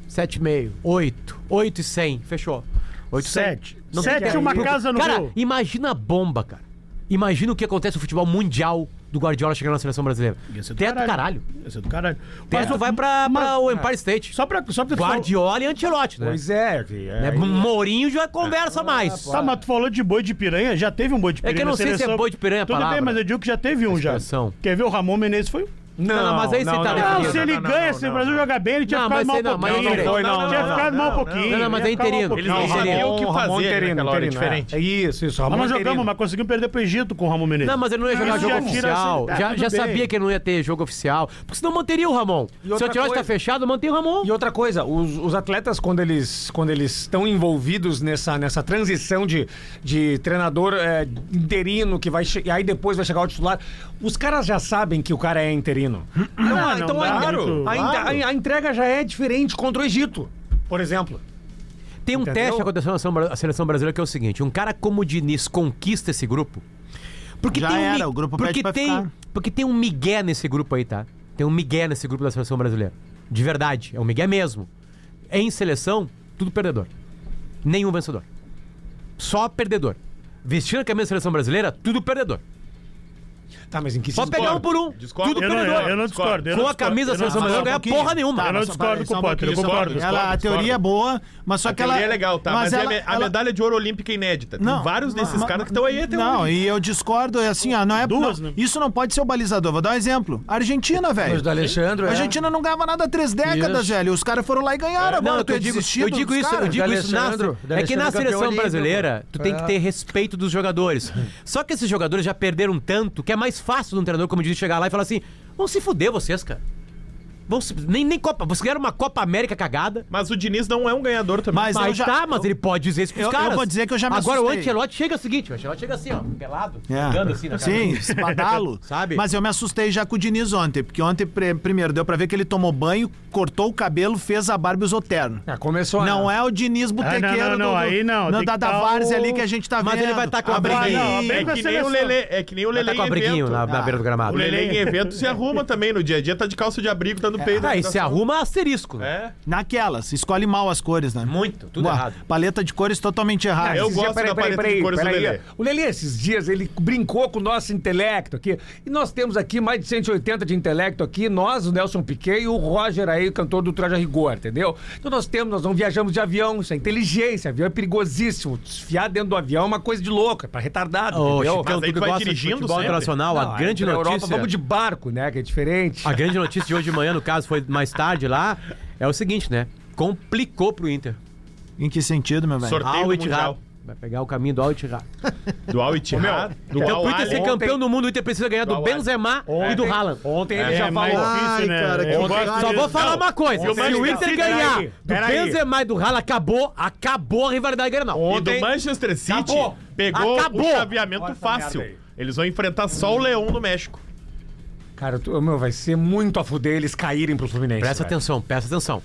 Speaker 4: 7,5. 8. 8 e 100. Fechou. 8
Speaker 3: Sete.
Speaker 4: Não
Speaker 3: Sete
Speaker 4: tem
Speaker 3: é uma
Speaker 4: que-
Speaker 3: casa no
Speaker 4: Cara,
Speaker 3: Rio.
Speaker 4: imagina a bomba, cara. Imagina o que acontece no futebol mundial do Guardiola chegando na seleção brasileira.
Speaker 3: Ia ser do
Speaker 4: Teto, caralho.
Speaker 3: Ia ser do caralho.
Speaker 4: Mas tu
Speaker 3: Mas-
Speaker 4: vai pra,
Speaker 3: mas-
Speaker 4: pra o Empire State.
Speaker 3: Só pra, só pra tu falar-
Speaker 4: Guardiola e Ancelotti, né?
Speaker 6: Pois é, que é.
Speaker 4: Né? Mourinho já conversa mais.
Speaker 3: Tá, mas tu falou de boi de piranha, já teve um boi de
Speaker 4: É que eu
Speaker 3: piranha.
Speaker 4: não
Speaker 3: na
Speaker 4: sei se é
Speaker 3: seleção.
Speaker 4: boi de piranha a
Speaker 3: Tudo
Speaker 4: palavra.
Speaker 3: bem, mas eu digo que já teve um já.
Speaker 4: Expressão.
Speaker 3: Quer ver o Ramon Menezes foi um?
Speaker 6: Não,
Speaker 4: Não, não, mas aí você tá
Speaker 6: não,
Speaker 4: defendendo.
Speaker 3: Não, se ele
Speaker 5: não, não,
Speaker 3: ganha,
Speaker 5: não,
Speaker 3: se o
Speaker 5: não,
Speaker 3: Brasil
Speaker 5: não.
Speaker 3: jogar bem, ele tinha
Speaker 4: Não,
Speaker 3: ficado
Speaker 4: mas
Speaker 3: mal um
Speaker 4: aí não, mas aí
Speaker 3: pouquinho.
Speaker 4: não foi,
Speaker 6: não, não,
Speaker 3: Tinha
Speaker 6: não,
Speaker 3: ficado mal um
Speaker 5: não, não.
Speaker 3: pouquinho.
Speaker 4: Não, não, mas
Speaker 3: ia
Speaker 4: é
Speaker 3: ficar mal um
Speaker 4: interino.
Speaker 3: pouquinho.
Speaker 5: Eles não
Speaker 6: Não,
Speaker 5: sabiam
Speaker 6: Ramon-
Speaker 5: o que fazer
Speaker 6: Ramon
Speaker 5: ali
Speaker 6: Interino,
Speaker 5: naquela hora, é
Speaker 6: Interino,
Speaker 5: diferente.
Speaker 6: É isso, isso.
Speaker 3: Mas
Speaker 6: Ramon
Speaker 3: nós jogamos,
Speaker 6: Interino.
Speaker 3: mas conseguimos perder pro Egito com o Ramon Menezes.
Speaker 4: Não, mas ele não ia jogar
Speaker 3: Isso
Speaker 4: jogo
Speaker 3: já tira a
Speaker 4: oficial.
Speaker 3: seriedade.
Speaker 4: já
Speaker 3: Tudo
Speaker 4: já
Speaker 3: bem.
Speaker 4: sabia que ele não ia ter jogo oficial. Porque senão manteria o Ramon. Se o
Speaker 6: outra
Speaker 4: Antilote tá
Speaker 6: coisa-
Speaker 4: fechado, mantém o Ramon.
Speaker 6: E outra coisa, os, os atletas, quando eles, quando eles estão envolvidos nessa, nessa transição de, de treinador é, interino, que vai che- e aí depois vai chegar o titular, os caras já sabem que o cara é interino. Não,
Speaker 3: não dá muito,
Speaker 6: a,
Speaker 3: claro.
Speaker 6: a- a entrega já é diferente contra o Egito, por exemplo.
Speaker 4: Tem um
Speaker 6: Entendeu?
Speaker 4: teste acontecendo na seleção bra- a seleção brasileira que é o seguinte: um cara como o Diniz conquista esse grupo. Porque
Speaker 2: Já
Speaker 4: tem um, mi-
Speaker 2: era, o grupo pede
Speaker 4: porque
Speaker 2: pra
Speaker 4: tem,
Speaker 2: ficar.
Speaker 4: porque tem um migué nesse grupo aí, tá? Tem um migué nesse grupo da seleção brasileira. De verdade, é um migué mesmo. Em seleção, tudo perdedor. Nenhum vencedor. Só perdedor. Vestindo a camisa da seleção brasileira, tudo perdedor.
Speaker 6: Tá, mas em que
Speaker 4: Pode pegar um por um.
Speaker 5: Discordo.
Speaker 4: Tudo
Speaker 5: Eu não-
Speaker 4: perdedor.
Speaker 3: eu não discordo. eu não
Speaker 4: Com a
Speaker 3: discordo,
Speaker 4: camisa
Speaker 3: eu
Speaker 4: da
Speaker 3: não
Speaker 4: seleção
Speaker 2: Tá, mas
Speaker 4: brasileira,
Speaker 2: não
Speaker 4: não ganha É porra nenhuma.
Speaker 3: eu não discordo com o Potter, eu concordo.
Speaker 5: Discordo,
Speaker 2: um Ela, a
Speaker 5: discordo.
Speaker 2: teoria é boa, mas só que ela.
Speaker 5: Ele é legal, tá? Mas, é a me- a,
Speaker 2: ela-
Speaker 5: medalha de ouro olímpica inédita. Tem
Speaker 2: Não,
Speaker 5: vários desses
Speaker 2: ma-
Speaker 5: caras que estão aí até
Speaker 2: Não,
Speaker 5: hoje.
Speaker 2: e eu discordo, é assim, ó, não é.
Speaker 3: Duas,
Speaker 2: não,
Speaker 3: né?
Speaker 2: Isso não pode ser o balizador. Vou dar um exemplo. Argentina, velho.
Speaker 6: do Alexandre.
Speaker 4: É.
Speaker 2: A Argentina não ganhava nada há três décadas,
Speaker 6: Isso.
Speaker 2: velho. Os caras foram lá e ganharam agora.
Speaker 4: Não, eu,
Speaker 2: tu é
Speaker 4: digo,
Speaker 2: desistido
Speaker 4: eu digo
Speaker 2: dos
Speaker 4: isso,
Speaker 2: caras?
Speaker 4: eu digo isso na,
Speaker 6: D'Alessandro,
Speaker 4: é que
Speaker 6: D'Alessandro
Speaker 4: na
Speaker 6: campeão
Speaker 4: seleção
Speaker 6: olímpico.
Speaker 4: brasileira tu tem
Speaker 6: É.
Speaker 4: que ter respeito dos jogadores. Só que esses jogadores já perderam tanto que é mais fácil de um treinador como diz chegar lá e falar assim: "Vão se fuder vocês, cara. Vão se- nem nem Copa, vocês ganharam uma Copa América cagada".
Speaker 5: Mas o Diniz não é um ganhador também.
Speaker 2: Mas
Speaker 4: Mas
Speaker 2: eu já-
Speaker 4: tá, mas ele pode dizer isso pros
Speaker 2: eu- eu
Speaker 4: caras.
Speaker 2: vou dizer que eu já me
Speaker 4: Agora o
Speaker 2: assustei.
Speaker 4: Ancelotti chega o seguinte, o Ancelotti chega assim, ó, pelado,
Speaker 2: É.
Speaker 4: pegando assim na cara.
Speaker 2: Sim, espadalo.
Speaker 4: Sabe?
Speaker 2: Mas eu me assustei já com o Diniz ontem, porque ontem, pre- primeiro, deu pra ver que ele tomou banho, cortou o cabelo, fez a barba e usou terno.
Speaker 6: Ah, começou a...
Speaker 2: Não é o Diniz
Speaker 4: Ah,
Speaker 2: botequeiro
Speaker 3: não, não,
Speaker 2: do-
Speaker 3: não,
Speaker 2: do-
Speaker 3: aí não,
Speaker 2: na-
Speaker 3: tem
Speaker 2: da,
Speaker 3: que
Speaker 2: da
Speaker 3: tá o-
Speaker 2: várzea ali que a gente tá
Speaker 4: Mas
Speaker 2: vendo.
Speaker 4: ele vai tá com a
Speaker 2: briguinha.
Speaker 4: briguinha.
Speaker 3: não,
Speaker 5: é
Speaker 3: bem com a
Speaker 5: que nem o
Speaker 3: seleção.
Speaker 5: Lele, é que nem o
Speaker 4: Vai
Speaker 5: Lele
Speaker 4: tá com
Speaker 5: em
Speaker 4: a briguinha
Speaker 5: evento.
Speaker 4: na, na
Speaker 2: Ah.
Speaker 4: beira do
Speaker 5: O
Speaker 4: gramado.
Speaker 5: Lele em evento se arruma também no dia a dia, tá de calça de abrigo, tá no peito.
Speaker 4: Ah, e se arruma asterisco. né?
Speaker 5: É.
Speaker 2: Naquelas, escolhe mal as cores, né?
Speaker 4: Muito, tudo
Speaker 2: Boa,
Speaker 4: errado.
Speaker 2: Paleta de cores totalmente errada.
Speaker 5: eu
Speaker 6: Ah, Esses dias-
Speaker 5: gosto da paleta de cores do Lelê.
Speaker 6: O Lelê, esses dias, ele brincou com o nosso intelecto aqui. E nós temos aqui mais de 180 de intelecto aqui. Nós, o Nelson Piquet e o Roger aí, o cantor do Traja Rigor, entendeu? Então nós temos, nós não viajamos de avião. Isso é inteligência. Avião é perigosíssimo. Desfiar dentro do avião é uma coisa de louco, é pra retardado,
Speaker 4: Ô,
Speaker 6: entendeu?
Speaker 4: Chicão,
Speaker 5: Mas aí
Speaker 4: tu que
Speaker 5: tu vai
Speaker 4: gosta de
Speaker 5: dirigindo
Speaker 4: futebol
Speaker 5: sempre.
Speaker 4: internacional,
Speaker 6: Não,
Speaker 4: a grande
Speaker 6: pra
Speaker 4: notícia...
Speaker 6: Europa, vamos de barco, né? Que é diferente.
Speaker 4: A grande notícia de hoje de manhã, no caso, foi mais tarde lá, é o seguinte, né? Complicou pro Inter.
Speaker 2: Em que sentido, meu velho?
Speaker 5: Sorteio do
Speaker 4: Al Ittihad.
Speaker 5: Mundial.
Speaker 4: Vai pegar o caminho do Al Ittihad.
Speaker 5: Do Al Ittihad, do
Speaker 4: Então,
Speaker 5: Al
Speaker 4: pro Inter ser
Speaker 5: Ahly.
Speaker 4: campeão do mundo, o Inter precisa ganhar do
Speaker 5: Al Ahly.
Speaker 4: Benzema e do
Speaker 6: Ontem-
Speaker 4: Haaland.
Speaker 6: Ontem ele
Speaker 5: É,
Speaker 6: já
Speaker 3: mais
Speaker 6: falou.
Speaker 3: difícil, né?
Speaker 2: cara, que
Speaker 3: eu gosto
Speaker 2: caralho.
Speaker 4: Só vou
Speaker 3: disso.
Speaker 4: falar uma coisa.
Speaker 5: ontem-
Speaker 4: Se o Inter
Speaker 5: Peraí,
Speaker 4: ganhar
Speaker 6: peraí.
Speaker 4: do Benzema e do Haaland, acabou, acabou a rivalidade Grenal.
Speaker 5: E do Manchester City
Speaker 4: Acabou.
Speaker 5: pegou
Speaker 4: Acabou.
Speaker 5: o chaveamento
Speaker 6: Olha essa
Speaker 5: fácil.
Speaker 6: merda aí.
Speaker 5: Eles vão enfrentar só o Leão no México.
Speaker 6: Cara, tu- meu, vai ser muito a fuder eles caírem pro Fluminense.
Speaker 3: né?
Speaker 4: Presta
Speaker 6: velho.
Speaker 4: atenção, presta atenção.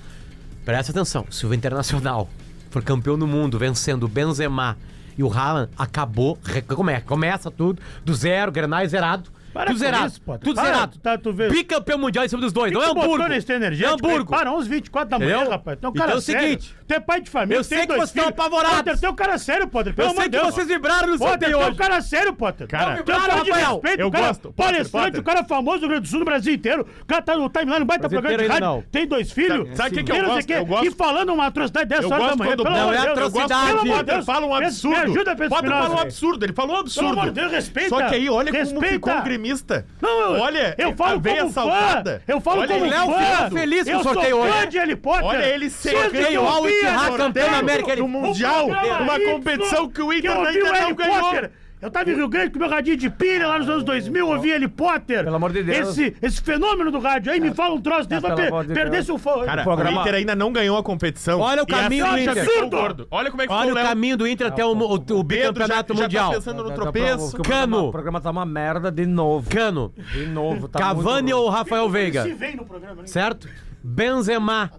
Speaker 4: Presta atenção. Se o Internacional for campeão do mundo, vencendo o Benzema e o Haaland, acabou. re- Come, começa tudo do zero, Grenais zerado.
Speaker 3: Para
Speaker 4: tudo
Speaker 3: com
Speaker 4: zerado.
Speaker 3: isso, Potter.
Speaker 4: tudo
Speaker 3: Para,
Speaker 4: zerado.
Speaker 3: tá, tu vê.
Speaker 4: Bicampeão mundial em cima dos dois.
Speaker 3: Quem
Speaker 4: Não é
Speaker 3: que botou
Speaker 4: Hamburgo.
Speaker 3: nesse
Speaker 4: É
Speaker 3: energético,
Speaker 4: Hamburgo.
Speaker 3: Para, 11 24 da manhã,
Speaker 4: Entendeu?
Speaker 3: rapaz. Tem um
Speaker 4: Então
Speaker 3: cara
Speaker 4: é o
Speaker 3: sério.
Speaker 4: seguinte,
Speaker 3: tu é pai de família,
Speaker 4: eu
Speaker 3: tem
Speaker 4: sei que
Speaker 3: dois
Speaker 4: vocês estão
Speaker 3: filhos.
Speaker 4: apavorados.
Speaker 3: Potter, tu é um cara sério, Potter. Pelo
Speaker 4: Eu
Speaker 3: amor
Speaker 4: sei
Speaker 3: de
Speaker 4: que
Speaker 3: Deus.
Speaker 4: vocês vibraram
Speaker 3: Potter,
Speaker 4: no
Speaker 3: tu é um
Speaker 4: 78.
Speaker 3: cara sério, Potter.
Speaker 5: Cara,
Speaker 3: tu é um cara de
Speaker 4: Rafael.
Speaker 3: respeito,
Speaker 5: Eu
Speaker 3: cara,
Speaker 5: gosto. Potter,
Speaker 3: Palestrante,
Speaker 5: Potter.
Speaker 3: o cara famoso do Rio Grande do Sul, do Brasil inteiro. O cara tá no timeline, baita
Speaker 4: Brasil
Speaker 3: programa de
Speaker 4: inteiro
Speaker 3: rádio.
Speaker 4: ainda não.
Speaker 3: Tem dois filhos.
Speaker 5: Sabe o que que eu
Speaker 3: tem não sei
Speaker 5: gosto?
Speaker 3: quê.
Speaker 5: Eu gosto-
Speaker 3: E falando uma atrocidade dessa
Speaker 5: Eu
Speaker 3: hora da
Speaker 5: gosto
Speaker 3: manhã.
Speaker 5: quando
Speaker 3: pelo
Speaker 4: Não,
Speaker 3: amor
Speaker 4: é
Speaker 3: de Deus, eu gosto-
Speaker 4: atrocidade.
Speaker 3: Pelo amor de
Speaker 5: Potter
Speaker 3: Deus.
Speaker 5: fala um
Speaker 3: Me-
Speaker 5: absurdo.
Speaker 3: Me ajuda, Pedro
Speaker 5: Potter fala um
Speaker 3: Espinosa.
Speaker 5: absurdo. Ele falou um absurdo.
Speaker 3: amor de Deus, respeita.
Speaker 5: Só que aí, olha como
Speaker 3: Respeita.
Speaker 5: ficou o gremista.
Speaker 3: Não, eu,
Speaker 5: olha,
Speaker 3: eu falo
Speaker 5: a veia
Speaker 3: como
Speaker 5: saltada.
Speaker 3: fã. Eu falo
Speaker 5: Olha
Speaker 3: como
Speaker 5: ele.
Speaker 3: fã.
Speaker 4: Léo ficou feliz com
Speaker 3: eu
Speaker 4: o sorteio
Speaker 3: sou
Speaker 4: hoje.
Speaker 3: fã de Harry Potter.
Speaker 5: Olha ele ser
Speaker 3: Desde que
Speaker 4: campeão,
Speaker 3: eu
Speaker 4: Al
Speaker 3: vi
Speaker 4: Ittihad,
Speaker 3: sorteio
Speaker 4: campeão da América, ele-
Speaker 5: do Mundial,
Speaker 3: o programa
Speaker 5: uma
Speaker 3: Y,
Speaker 5: competição que o Inter
Speaker 3: eu ouvi
Speaker 5: ainda
Speaker 3: o
Speaker 5: não
Speaker 3: Harry
Speaker 5: ganhou.
Speaker 3: Potter. Eu tava em Rio Grande com meu radinho de pilha lá nos anos 2000, ouvi Harry Potter.
Speaker 6: Pelo amor de Deus.
Speaker 3: Esse, esse fenômeno do rádio. Aí me fala um troço desse,
Speaker 6: Ah,
Speaker 3: vai
Speaker 6: pelo
Speaker 3: per-
Speaker 6: amor de
Speaker 3: perder
Speaker 6: Deus.
Speaker 3: seu fã.
Speaker 5: Cara, o
Speaker 6: programa-
Speaker 5: Inter ainda não ganhou a competição.
Speaker 4: Olha o
Speaker 5: E é assim
Speaker 4: caminho
Speaker 5: a
Speaker 4: do
Speaker 5: Sasha
Speaker 4: Inter.
Speaker 5: ficou gordo. Olha como é que
Speaker 4: Olha
Speaker 5: ficou
Speaker 4: o
Speaker 5: Léo.
Speaker 4: caminho do Inter até o, o, o bicampeonato
Speaker 5: já,
Speaker 4: mundial.
Speaker 5: Já tá pensando no
Speaker 6: Dá- dá
Speaker 5: tropeço.
Speaker 6: pra- o programa tá
Speaker 4: Cano.
Speaker 6: uma- O programa tá uma merda de novo.
Speaker 4: Cano,
Speaker 6: De novo, tá
Speaker 4: Cavani ou Rafael
Speaker 3: Se
Speaker 4: Veiga,
Speaker 3: vem no programa. né?
Speaker 4: certo? Benzema,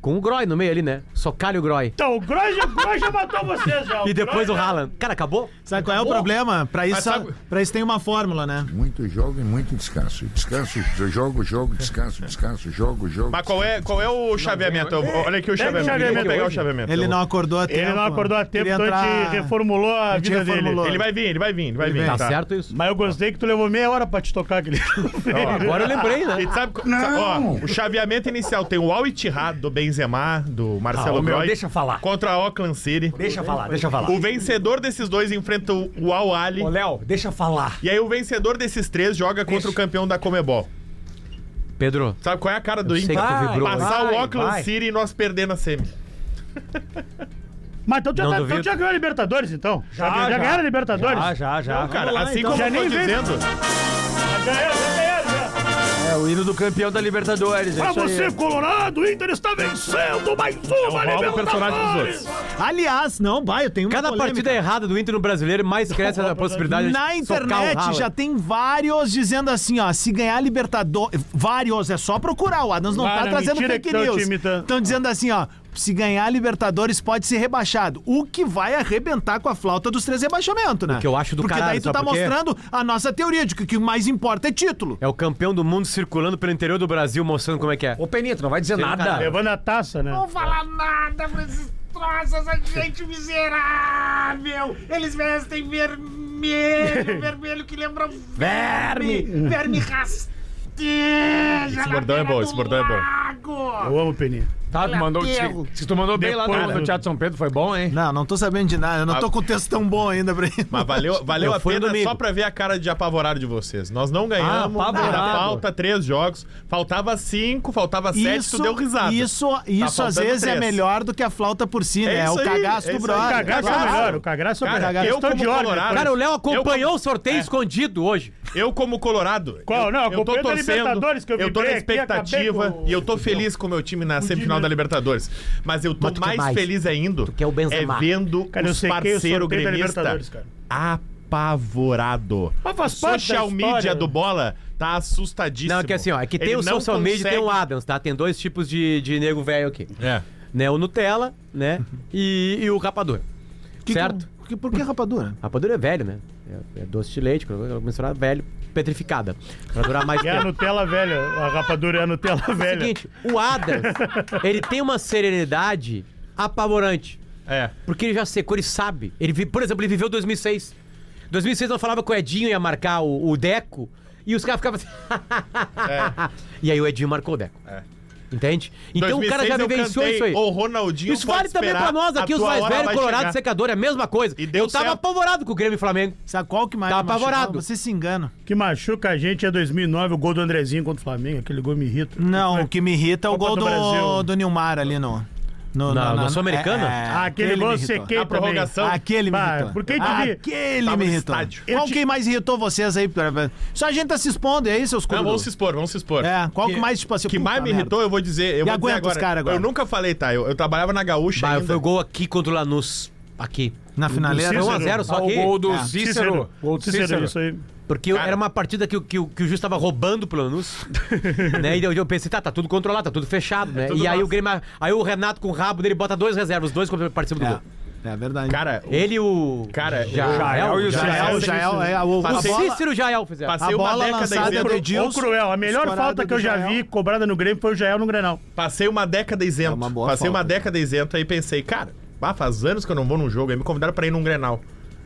Speaker 4: com o Groy no meio ali, né? Socalho o Groy.
Speaker 3: Então, o Groy já, o Groy já matou vocês, já.
Speaker 4: E depois o
Speaker 3: Groy né? já-
Speaker 4: Haaland. Cara, acabou?
Speaker 2: Sabe qual é o problema? Pra isso,
Speaker 5: sabe-
Speaker 2: pra isso tem uma fórmula, né?
Speaker 8: Muito jogo e muito descanso. Descanso, jogo, jogo, descanso, descanso, jogo, jogo.
Speaker 5: Mas qual é, qual é o chaveamento? Eu- Olha aqui o
Speaker 3: o
Speaker 5: chaveamento. Eu
Speaker 3: chaveamento
Speaker 5: vou pegar o
Speaker 3: hoje.
Speaker 5: chaveamento.
Speaker 2: Então, Ele não acordou a tempo.
Speaker 3: Ele não acordou a tempo,
Speaker 2: Queria
Speaker 3: então a
Speaker 2: entrar-
Speaker 3: gente reformulou a,
Speaker 2: a gente
Speaker 3: vida
Speaker 2: reformulou.
Speaker 5: Ele vai vir, ele vai vir, ele vai vir.
Speaker 4: Tá certo isso?
Speaker 3: dele. Mas eu gostei que tu levou meia hora pra te tocar aquele.
Speaker 4: Agora eu lembrei, né?
Speaker 5: E sabe, co- sa- ó, o chaveamento inicial tem o Al Ittihad do Benzema, do Marcelo
Speaker 6: Ah, ô, meu,
Speaker 5: Groy,
Speaker 6: deixa eu falar.
Speaker 5: contra a Auckland City.
Speaker 6: Deixa eu falar, deixa eu falar.
Speaker 5: O vencedor desses dois enfrenta o o Al Ahly
Speaker 6: Ô, Léo, deixa eu falar.
Speaker 5: e aí o vencedor desses três joga contra o campeão da Comebol.
Speaker 4: Pedro,
Speaker 5: Sabe qual é a cara do
Speaker 4: Eu sei
Speaker 5: Inter?
Speaker 4: que tu
Speaker 6: Vai,
Speaker 4: vibrou.
Speaker 6: vai.
Speaker 4: hoje.
Speaker 5: Passar o Auckland
Speaker 6: vai.
Speaker 5: City e nós perder na semi.
Speaker 3: Mas então tu já,
Speaker 4: Não
Speaker 3: tá,
Speaker 4: duvido.
Speaker 3: então tu já ganhou a Libertadores, então? Já, já, ganharam a Libertadores?
Speaker 6: Já, já, já.
Speaker 5: Cara, assim
Speaker 3: então.
Speaker 5: como
Speaker 3: Já
Speaker 5: eu tô
Speaker 3: nem vem-
Speaker 5: dizendo, é
Speaker 3: Ganharam, já ganharam, já.
Speaker 6: É o hino do campeão da Libertadores. é
Speaker 3: Pra você, Colorado, o Inter está vencendo mais uma
Speaker 5: rouba o um personagem dos
Speaker 3: Libertadores!
Speaker 5: outros.
Speaker 2: Aliás, não, vai, eu tenho uma
Speaker 4: Cada
Speaker 2: polêmica.
Speaker 4: partida errada do Inter no brasileiro mais cresce a possibilidade de
Speaker 2: Na
Speaker 4: socar o
Speaker 2: internet
Speaker 4: Haaland.
Speaker 2: já tem vários dizendo assim, ó, se ganhar Libertadores, vários, é só procurar, o Adams não
Speaker 3: Ah,
Speaker 2: tá
Speaker 3: não,
Speaker 2: trazendo
Speaker 3: mentira
Speaker 2: fake
Speaker 3: que teu
Speaker 2: news.
Speaker 3: time tá-
Speaker 2: Estão dizendo assim, ó, se ganhar Libertadores pode ser rebaixado, o que vai arrebentar com a flauta dos três rebaixamentos, né?
Speaker 4: O que eu acho do
Speaker 2: Porque
Speaker 4: caralho,
Speaker 2: daí tu
Speaker 4: sabe
Speaker 2: tá
Speaker 4: por quê?
Speaker 2: mostrando a nossa teoria de que o que mais importa é título.
Speaker 4: É o campeão do mundo circulando pelo interior do Brasil, mostrando como é que é.
Speaker 6: Ô, Penito, não vai dizer nada.
Speaker 4: cara.
Speaker 3: Levando a taça, né?
Speaker 9: falar nada pra esses troços, essa gente miserável! Eles vestem vermelho! vermelho, vermelho que lembra um verme, verme rasteja.
Speaker 5: Esse bordão é bom, esse bordão é bom.
Speaker 9: bom.
Speaker 3: Eu amo o Peninha.
Speaker 6: Tá, tu mandou.
Speaker 9: Aterro.
Speaker 6: Se, se tu mandou bem lá
Speaker 3: Depois,
Speaker 6: no, no
Speaker 3: né?
Speaker 6: Teatro São Pedro, foi bom, hein?
Speaker 2: Não, não tô sabendo de nada. Eu não tô com o texto tão bom ainda pra ele.
Speaker 5: Mas valeu, valeu
Speaker 4: Eu
Speaker 5: a
Speaker 4: fui
Speaker 5: pena
Speaker 4: domingo.
Speaker 5: só pra ver a cara de apavorado de vocês. Nós não ganhamos,
Speaker 6: Ah, apavorado.
Speaker 5: era falta três jogos, faltava cinco, faltava sete, tu deu risada.
Speaker 2: Isso, isso às
Speaker 5: faltando
Speaker 2: vezes é
Speaker 5: três.
Speaker 2: melhor do que a flauta por si, né? É
Speaker 5: isso
Speaker 2: o
Speaker 5: aí,
Speaker 2: cagaço
Speaker 5: é
Speaker 2: do
Speaker 5: isso
Speaker 2: brother.
Speaker 5: aí.
Speaker 3: O cagaço é
Speaker 5: Cagaço.
Speaker 3: melhor, o cagaço é
Speaker 5: Cara,
Speaker 3: melhor.
Speaker 5: eu
Speaker 3: Estou
Speaker 5: como
Speaker 3: de olho
Speaker 5: colorado-
Speaker 3: depois.
Speaker 4: Cara, o Léo
Speaker 5: Eu
Speaker 4: acompanhou
Speaker 5: como-
Speaker 4: o sorteio escondido hoje.
Speaker 5: Eu, como colorado,
Speaker 3: Qual?
Speaker 5: eu,
Speaker 3: Não,
Speaker 5: eu tô
Speaker 3: acompanhei da
Speaker 5: torcendo,
Speaker 3: Libertadores, que eu
Speaker 5: eu tô na
Speaker 3: vibrei aqui, acabei
Speaker 5: expectativa
Speaker 3: com o-
Speaker 5: e eu tô feliz com o meu time na semifinal da Libertadores. Mas eu tô
Speaker 4: Mas tu quer
Speaker 5: mais,
Speaker 4: mais.
Speaker 5: feliz ainda
Speaker 4: quer o Benzema.
Speaker 5: é vendo
Speaker 3: Cara, eu
Speaker 5: os
Speaker 3: sequei o
Speaker 5: parceiros
Speaker 3: sorteio da
Speaker 5: gremistas
Speaker 3: Libertadores, cara.
Speaker 5: apavorado.
Speaker 3: Mas faz parte da
Speaker 5: Social
Speaker 3: história,
Speaker 5: media
Speaker 3: né?
Speaker 5: do Bola tá assustadíssimo.
Speaker 4: Não, é que assim, ó, é que tem
Speaker 5: Ele
Speaker 4: o
Speaker 5: não
Speaker 4: social media e tem o
Speaker 5: consegue-
Speaker 4: Adams, tá? Tem dois tipos de, de nego velho aqui.
Speaker 5: É.
Speaker 4: Né? O Nutella, né? E, e o rapadura.
Speaker 2: Que-
Speaker 4: certo?
Speaker 2: que- por que rapadura?
Speaker 4: Rapadura é velho, né? É, é doce de leite, quando ela começou a velho, petrificada. Pra durar mais
Speaker 3: É a
Speaker 4: tempo.
Speaker 3: Nutella velha, a rapadura é a Nutella
Speaker 4: É o
Speaker 3: velha.
Speaker 4: seguinte, o Adams, ele tem uma serenidade apavorante.
Speaker 5: É.
Speaker 4: Porque ele já secou, ele sabe. Ele, vi- por exemplo, ele viveu 2006. 2006 não falava que o Edinho ia marcar o, o Deco. E os caras ficavam assim.
Speaker 5: É.
Speaker 4: E aí o Edinho marcou o Deco. Entende? Então o cara já
Speaker 5: 2006 eu
Speaker 4: vivenciou
Speaker 5: cantei
Speaker 4: isso aí.
Speaker 5: O Ronaldinho
Speaker 4: Isso
Speaker 5: pode
Speaker 4: vale também
Speaker 5: esperar,
Speaker 4: pra nós aqui,
Speaker 5: a
Speaker 4: os
Speaker 5: tua
Speaker 4: mais
Speaker 5: hora
Speaker 4: velhos,
Speaker 5: vai
Speaker 4: colorado,
Speaker 5: chegar.
Speaker 4: secador, é a mesma coisa.
Speaker 5: E deu
Speaker 4: eu tava
Speaker 5: certo.
Speaker 4: apavorado com o Grêmio e Flamengo.
Speaker 2: Sabe qual que mais
Speaker 4: Tá
Speaker 2: me machucou?
Speaker 4: apavorado.
Speaker 2: Você se engana.
Speaker 3: O que machuca a gente é 2009, o gol do Andrezinho contra o Flamengo, aquele gol me irrita.
Speaker 2: Não, o que me irrita é o
Speaker 3: Copa
Speaker 2: gol
Speaker 3: do
Speaker 2: do,
Speaker 3: Brasil.
Speaker 2: do, Nilmar ali no... No,
Speaker 4: Na- na Sul-Americana?
Speaker 3: Ah, aquele
Speaker 2: É. me
Speaker 3: gol
Speaker 2: irritou.
Speaker 3: sequei
Speaker 5: Na
Speaker 3: também.
Speaker 5: prorrogação.
Speaker 2: Aquele me
Speaker 3: Bah,
Speaker 2: irritou.
Speaker 3: por que que vi-
Speaker 2: Aquele
Speaker 5: Tava
Speaker 2: me
Speaker 5: no
Speaker 2: irritou.
Speaker 5: estádio.
Speaker 2: Qual
Speaker 3: Eu te-
Speaker 2: que mais irritou vocês aí? pra- pra- Só a gente tá se expondo, é isso, seus
Speaker 5: Não,
Speaker 2: curudu?
Speaker 5: vamos se expor, vamos se expor.
Speaker 2: É, qual que,
Speaker 5: Que-
Speaker 2: mais, tipo assim...
Speaker 5: que
Speaker 2: puta
Speaker 5: mais me
Speaker 2: merda.
Speaker 5: irritou, eu vou dizer. Eu
Speaker 2: E
Speaker 5: vou dizer
Speaker 2: aguenta os
Speaker 5: agora.
Speaker 2: cara agora.
Speaker 5: Eu nunca falei, tá? Eu, eu trabalhava na Gaúcha
Speaker 4: Bah,
Speaker 5: ainda.
Speaker 4: foi o gol aqui contra o Lanús. Aqui.
Speaker 2: Na finaleira...
Speaker 4: Foi
Speaker 3: Cícero.
Speaker 4: 1x0 só
Speaker 6: Ah, o
Speaker 4: que.
Speaker 6: gol do
Speaker 2: É.
Speaker 6: Cícero. Gol do
Speaker 3: Cícero,
Speaker 6: Cícero.
Speaker 3: isso aí.
Speaker 4: Porque
Speaker 5: Cara.
Speaker 4: era uma partida que, o- que, o- que o Justo tava roubando pro Lanús. né? E eu, eu pensei, tá, tá tudo controlado, tá tudo fechado, né?
Speaker 5: tudo
Speaker 4: e aí
Speaker 5: nosso.
Speaker 4: o Grêmio. Aí o Renato com o rabo dele bota dois reservas, os dois participam do
Speaker 2: É,
Speaker 4: gol.
Speaker 2: é verdade.
Speaker 5: Cara, o-
Speaker 4: Ele e o. Jael.
Speaker 5: Cara, o
Speaker 6: Jael e o
Speaker 2: Já é,
Speaker 5: Jael,
Speaker 2: o- já é, o- é, o- a
Speaker 4: O
Speaker 5: Passei-
Speaker 2: bola...
Speaker 4: Cícero e o Jael fizeram.
Speaker 5: Passei
Speaker 2: a
Speaker 5: uma
Speaker 2: bola
Speaker 5: década
Speaker 2: lançada
Speaker 4: é
Speaker 5: isento.
Speaker 2: do
Speaker 3: Ô,
Speaker 2: Edilson,
Speaker 3: cruel, a melhor
Speaker 2: escorada
Speaker 3: falta que
Speaker 2: do
Speaker 3: eu já
Speaker 2: Jael.
Speaker 3: vi cobrada no Grêmio foi o Jael no Grenal.
Speaker 5: Passei uma década isento.
Speaker 2: É uma boa
Speaker 5: Passei uma
Speaker 2: falta.
Speaker 5: década isento aí pensei, cara, ah, faz anos que eu não vou num jogo. Aí me convidaram pra ir num Grenal.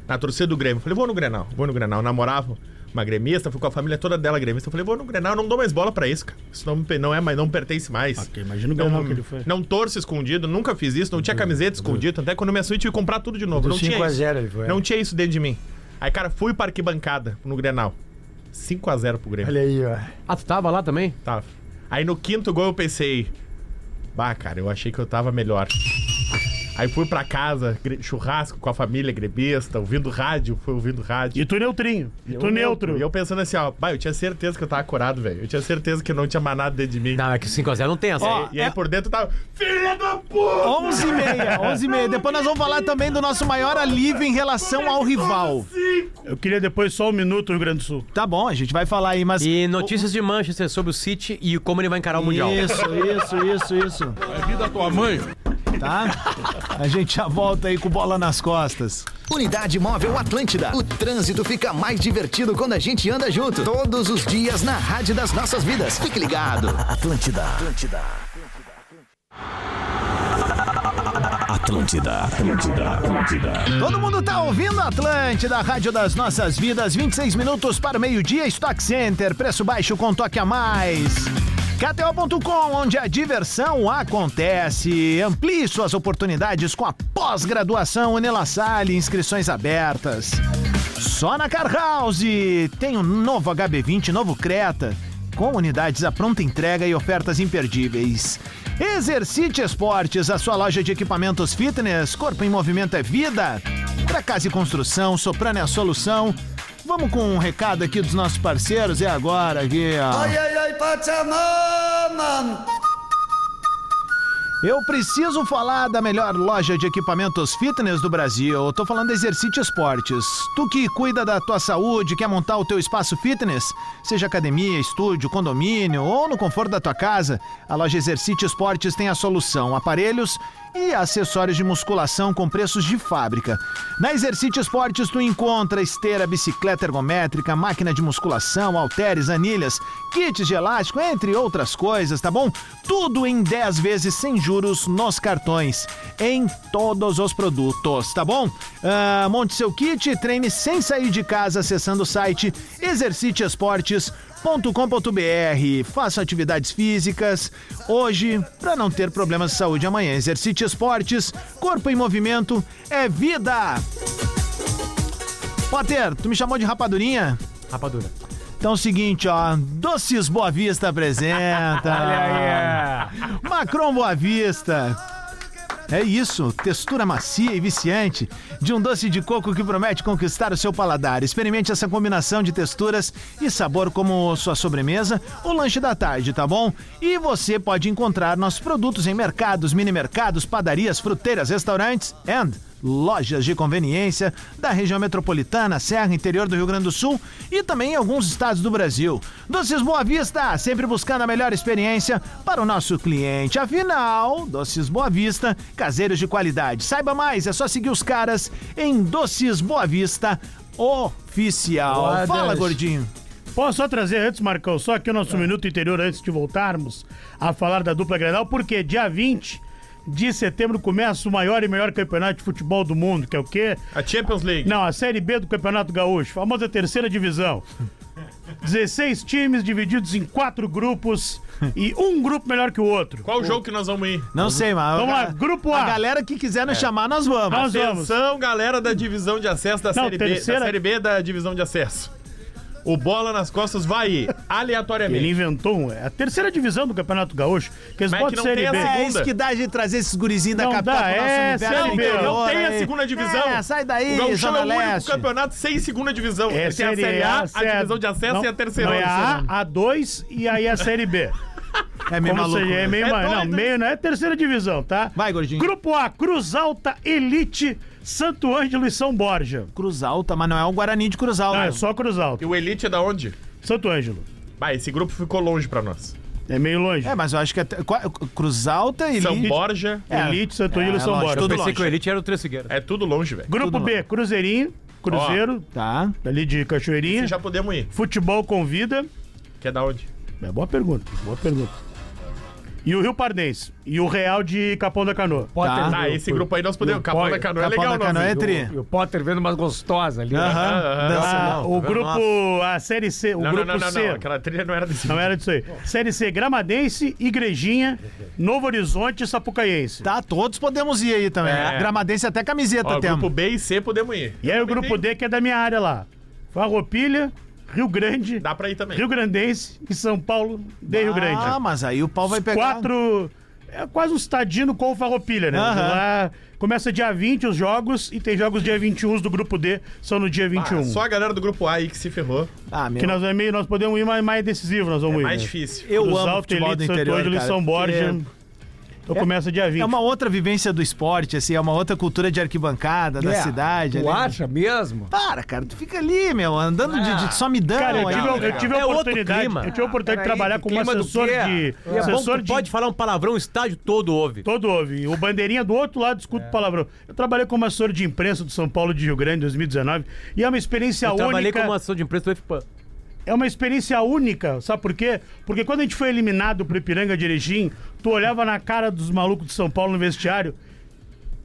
Speaker 5: Na torcida do Grêmio. Eu Falei, vou no Grenal, vou no Grenal. Eu namorava uma gremista, fui com a família toda dela gremista. Eu falei, vou no Grenal, eu não dou mais bola pra isso, cara. Isso não, me- não é mais, não pertence mais.
Speaker 3: Ok, imagina o
Speaker 5: não,
Speaker 3: Grenal que ele foi.
Speaker 5: não torço escondido, nunca fiz isso, não tinha camiseta escondida, até quando eu me assumi tive que comprar tudo de novo. Não tinha, isso.
Speaker 6: ele foi.
Speaker 2: né?
Speaker 5: não tinha isso dentro de mim. Aí, cara, fui pra arquibancada no Grenal. 5x0 pro Grêmio.
Speaker 6: aí, ó.
Speaker 4: Ah, tu tava lá também?
Speaker 5: Tava. Tá. Aí no quinto gol eu pensei, bah, cara, eu achei que eu tava melhor. Aí fui pra casa, gre- churrasco com a família gremista, ouvindo rádio, fui ouvindo rádio.
Speaker 3: E tu neutrinho, e tu neutro.
Speaker 5: E eu pensando assim, ó, bah, eu tinha certeza que eu tava curado, velho. Eu tinha certeza que eu não tinha manado dentro de mim.
Speaker 4: Não, é que 5x0 não tem essa.
Speaker 5: E aí por dentro eu tava, filha da puta!
Speaker 2: 11 e meia, 11 e meia. Depois nós vamos falar também do nosso maior alívio em relação ao rival.
Speaker 3: Eu queria depois só um minuto no Rio Grande do Sul.
Speaker 2: Tá bom, a gente vai falar aí, mas...
Speaker 4: E notícias de Manchester sobre o City e como ele vai encarar o Mundial.
Speaker 2: Isso, isso, isso, isso.
Speaker 7: É vida da tua mãe.
Speaker 2: Tá? A gente já volta aí com bola nas costas.
Speaker 10: Unidade Móvel Atlântida. O trânsito fica mais divertido quando a gente anda junto. Todos os dias na Rádio das Nossas Vidas. Fique ligado. Atlântida. Atlântida.
Speaker 1: Atlântida, Atlântida, Atlântida.
Speaker 2: Todo mundo tá ouvindo Atlântida, a Rádio das Nossas Vidas, 26 minutos para o meio-dia, Stock Center, preço baixo com toque a mais. KTO.com, onde a diversão acontece. Amplie suas oportunidades com a pós-graduação Unila Salle, inscrições abertas. Só na Car House tem o novo HB20, novo Creta com unidades à pronta entrega e ofertas imperdíveis. Exercite Esportes, a sua loja de equipamentos fitness, corpo em movimento é vida. Para casa e construção, Soprano é a solução. Vamos com um recado aqui dos nossos parceiros, é agora aqui, ó. Eu preciso falar da melhor loja de equipamentos fitness do Brasil. Eu tô falando da Exercite Esportes. Tu que cuida da tua saúde, quer montar o teu espaço fitness, seja academia, estúdio, condomínio ou no conforto da tua casa, a loja Exercite Esportes tem a solução. Aparelhos e acessórios de musculação com preços de fábrica. Na Exercite Esportes tu encontra esteira, bicicleta ergométrica, máquina de musculação, halteres, anilhas, kits de elástico, entre outras coisas, tá bom? Tudo em 10 vezes sem juros nos cartões, em todos os produtos, tá bom? Ah, monte seu kit e treine sem sair de casa acessando o site exerciteesportes.com com.br Faça atividades físicas hoje para não ter problemas de saúde amanhã. Exercite esportes, corpo em movimento é vida. Potter, tu me chamou de rapadurinha?
Speaker 4: Rapadura.
Speaker 2: Então é o seguinte, ó, Doces Boa Vista apresenta. Macron Boa Vista. É isso, textura macia e viciante de um doce de coco que promete conquistar o seu paladar. Experimente essa combinação de texturas e sabor como sua sobremesa ou lanche da tarde, tá bom? E você pode encontrar nossos produtos em mercados, minimercados, padarias, fruteiras, restaurantes and lojas de conveniência da região metropolitana, Serra, interior do Rio Grande do Sul e também em alguns estados do Brasil. Doces Boa Vista, sempre buscando a melhor experiência para o nosso cliente. Afinal, Doces Boa Vista, caseiros de qualidade. Saiba mais, é só seguir os caras em Doces Boa Vista Oficial.
Speaker 6: Boa,
Speaker 2: Fala,
Speaker 6: Deus.
Speaker 2: gordinho.
Speaker 3: Posso só trazer antes, Marcão, só aqui o nosso minuto interior antes de voltarmos a falar da dupla Grenal, porque dia 20 de setembro começa o maior e melhor campeonato de futebol do mundo, que é o quê?
Speaker 5: A Champions League.
Speaker 3: Não, a Série B do Campeonato Gaúcho, famosa terceira divisão. 16 times divididos em quatro grupos e um grupo melhor que o outro.
Speaker 5: Qual o jogo que nós vamos ir?
Speaker 2: Não sei, mas.
Speaker 3: Vamos lá, grupo A. É.
Speaker 2: A galera que quiser nos chamar, nós vamos.
Speaker 3: Nós vamos.
Speaker 5: Atenção, galera da divisão de acesso da
Speaker 3: Não,
Speaker 5: Série B.
Speaker 3: terceira-
Speaker 5: Da Série B da divisão de acesso. O bola nas costas vai ir,
Speaker 3: Ele
Speaker 5: aleatoriamente.
Speaker 3: inventou um- a terceira divisão do Campeonato Gaúcho, que eles
Speaker 5: Mas é que
Speaker 3: botam
Speaker 5: não
Speaker 3: Série
Speaker 5: tem
Speaker 3: B.
Speaker 5: a
Speaker 2: É
Speaker 5: segunda.
Speaker 2: isso que dá de trazer esses gurizinhos da
Speaker 3: Não
Speaker 2: capital
Speaker 3: dá,
Speaker 2: pro nosso
Speaker 3: é
Speaker 2: universo
Speaker 3: Série B,
Speaker 2: interior,
Speaker 5: Não tem a
Speaker 2: aí.
Speaker 5: segunda divisão.
Speaker 2: É, sai daí,
Speaker 5: o Gauchão
Speaker 2: Zona
Speaker 5: é o único
Speaker 2: Leste.
Speaker 5: campeonato sem segunda divisão.
Speaker 3: É,
Speaker 5: Ele tem a Série A, a,
Speaker 3: Sé-
Speaker 5: divisão de acesso
Speaker 3: não,
Speaker 5: e a terceira.
Speaker 3: Não, é a A, A2 e aí a Série B.
Speaker 2: É meio
Speaker 3: Como
Speaker 2: maluco.
Speaker 3: seja, é
Speaker 2: né?
Speaker 3: meio
Speaker 5: É
Speaker 3: mais- não,
Speaker 5: doido.
Speaker 3: meio não é terceira divisão, tá?
Speaker 2: Vai, gordinho.
Speaker 3: Grupo A, Cruz Alta, Elite, Santo Ângelo e São Borja.
Speaker 2: Cruz Alta, mas não é o Guarani de Cruz
Speaker 5: Tá.
Speaker 2: Alta.
Speaker 3: Não, é só Cruz Alta.
Speaker 5: E o Elite é da onde?
Speaker 3: Santo Ângelo.
Speaker 5: Bah, esse grupo ficou longe pra nós.
Speaker 3: É meio longe.
Speaker 2: É, mas eu acho que é qua- Cruz Alta e
Speaker 5: São
Speaker 2: Elite-
Speaker 5: Borja.
Speaker 2: É.
Speaker 3: Elite, Santo Ângelo
Speaker 2: É,
Speaker 3: e São
Speaker 2: lógico,
Speaker 3: Borja.
Speaker 4: Eu
Speaker 2: tudo
Speaker 4: pensei
Speaker 2: longe.
Speaker 4: que o Elite era o Três
Speaker 5: É tudo longe, velho.
Speaker 3: Grupo
Speaker 2: tudo
Speaker 3: B,
Speaker 2: longe.
Speaker 3: Cruzeirinho, Cruzeiro,
Speaker 2: Tá.
Speaker 3: ali de Cachoeirinha.
Speaker 5: Já podemos ir.
Speaker 3: Futebol convida.
Speaker 5: Que é da onde?
Speaker 3: É boa pergunta, boa pergunta. E o Rio Pardense. E o Real de Capão da Canoa.
Speaker 2: Tá.
Speaker 5: Ah, esse grupo aí nós podemos. Capão da Canoa é
Speaker 2: Capão
Speaker 5: legal,
Speaker 2: da Canoa
Speaker 5: nós.
Speaker 2: é tri.
Speaker 6: E o Potter vendo umas gostosas ali. né?
Speaker 2: Aham. Dança-
Speaker 3: Ah,
Speaker 4: não,
Speaker 3: o
Speaker 4: tá vendo?
Speaker 3: grupo. A Série C. O
Speaker 5: Não, não,
Speaker 3: grupo
Speaker 5: não, não,
Speaker 3: C.
Speaker 5: não. Aquela trilha não era desse
Speaker 3: Não é era disso aí. Série C, Gramadense, Igrejinha, Novo Horizonte e Sapucaiense.
Speaker 2: Tá, todos podemos ir aí também.
Speaker 5: É.
Speaker 2: Gramadense até camiseta
Speaker 5: Ó,
Speaker 2: temos.
Speaker 5: grupo B e C podemos ir.
Speaker 3: E aí o grupo D, que é da minha área lá. Farroupilha, Rio Grande,
Speaker 5: Dá pra ir também.
Speaker 3: Rio Grandense e São Paulo de Rio
Speaker 2: Ah,
Speaker 3: Grande.
Speaker 2: mas aí o pau vai pegar.
Speaker 3: Quatro... É quase um estadino com o Farroupilha, né?
Speaker 2: Aham.
Speaker 3: Lá começa dia 20 os jogos e tem jogos dia 21 os do grupo D, são no dia 21.
Speaker 5: Ah, só a galera do grupo A aí que se ferrou.
Speaker 2: Ah, meu.
Speaker 3: Que nós, é meio, nós podemos ir mais, mais decisivo, nós vamos ir.
Speaker 5: É Mais
Speaker 3: né?
Speaker 5: difícil.
Speaker 2: Eu
Speaker 3: Cruz
Speaker 2: amo
Speaker 3: Alta,
Speaker 2: futebol do
Speaker 3: Elite,
Speaker 2: interior,
Speaker 3: Santo Ângelo e
Speaker 2: cara,
Speaker 3: São Borja.
Speaker 2: porque-
Speaker 3: Então começa dia 20.
Speaker 2: É uma outra vivência do esporte, assim, é uma outra cultura de arquibancada da
Speaker 6: É,
Speaker 2: cidade.
Speaker 6: Tu
Speaker 2: ali. né?
Speaker 6: acha mesmo?
Speaker 2: Para, cara, tu fica ali, meu, andando de, de só me dando.
Speaker 3: Ah. Cara, eu
Speaker 2: aí.
Speaker 3: tive, eu
Speaker 5: legal.
Speaker 3: tive a
Speaker 4: É outro
Speaker 3: oportunidade,
Speaker 4: clima.
Speaker 3: eu tive a oportunidade de
Speaker 6: Peraí,
Speaker 3: trabalhar com um
Speaker 6: clima do
Speaker 3: assessor
Speaker 6: quê?
Speaker 3: de.
Speaker 6: E é
Speaker 4: É bom que
Speaker 3: assessor
Speaker 4: tu
Speaker 3: de.
Speaker 4: pode falar um palavrão, o estádio todo ouve.
Speaker 3: Todo ouve. O bandeirinha do outro lado
Speaker 2: É.
Speaker 3: escuta o palavrão. Eu trabalhei como assessor de imprensa do São Paulo de Rio Grande em 2019 e é uma experiência
Speaker 4: Eu trabalhei
Speaker 3: única.
Speaker 4: como ação de imprensa do FPAN.
Speaker 3: É uma experiência única, sabe por quê? Porque quando a gente foi eliminado pro Ipiranga de Erechim, tu olhava na cara dos malucos de São Paulo no vestiário.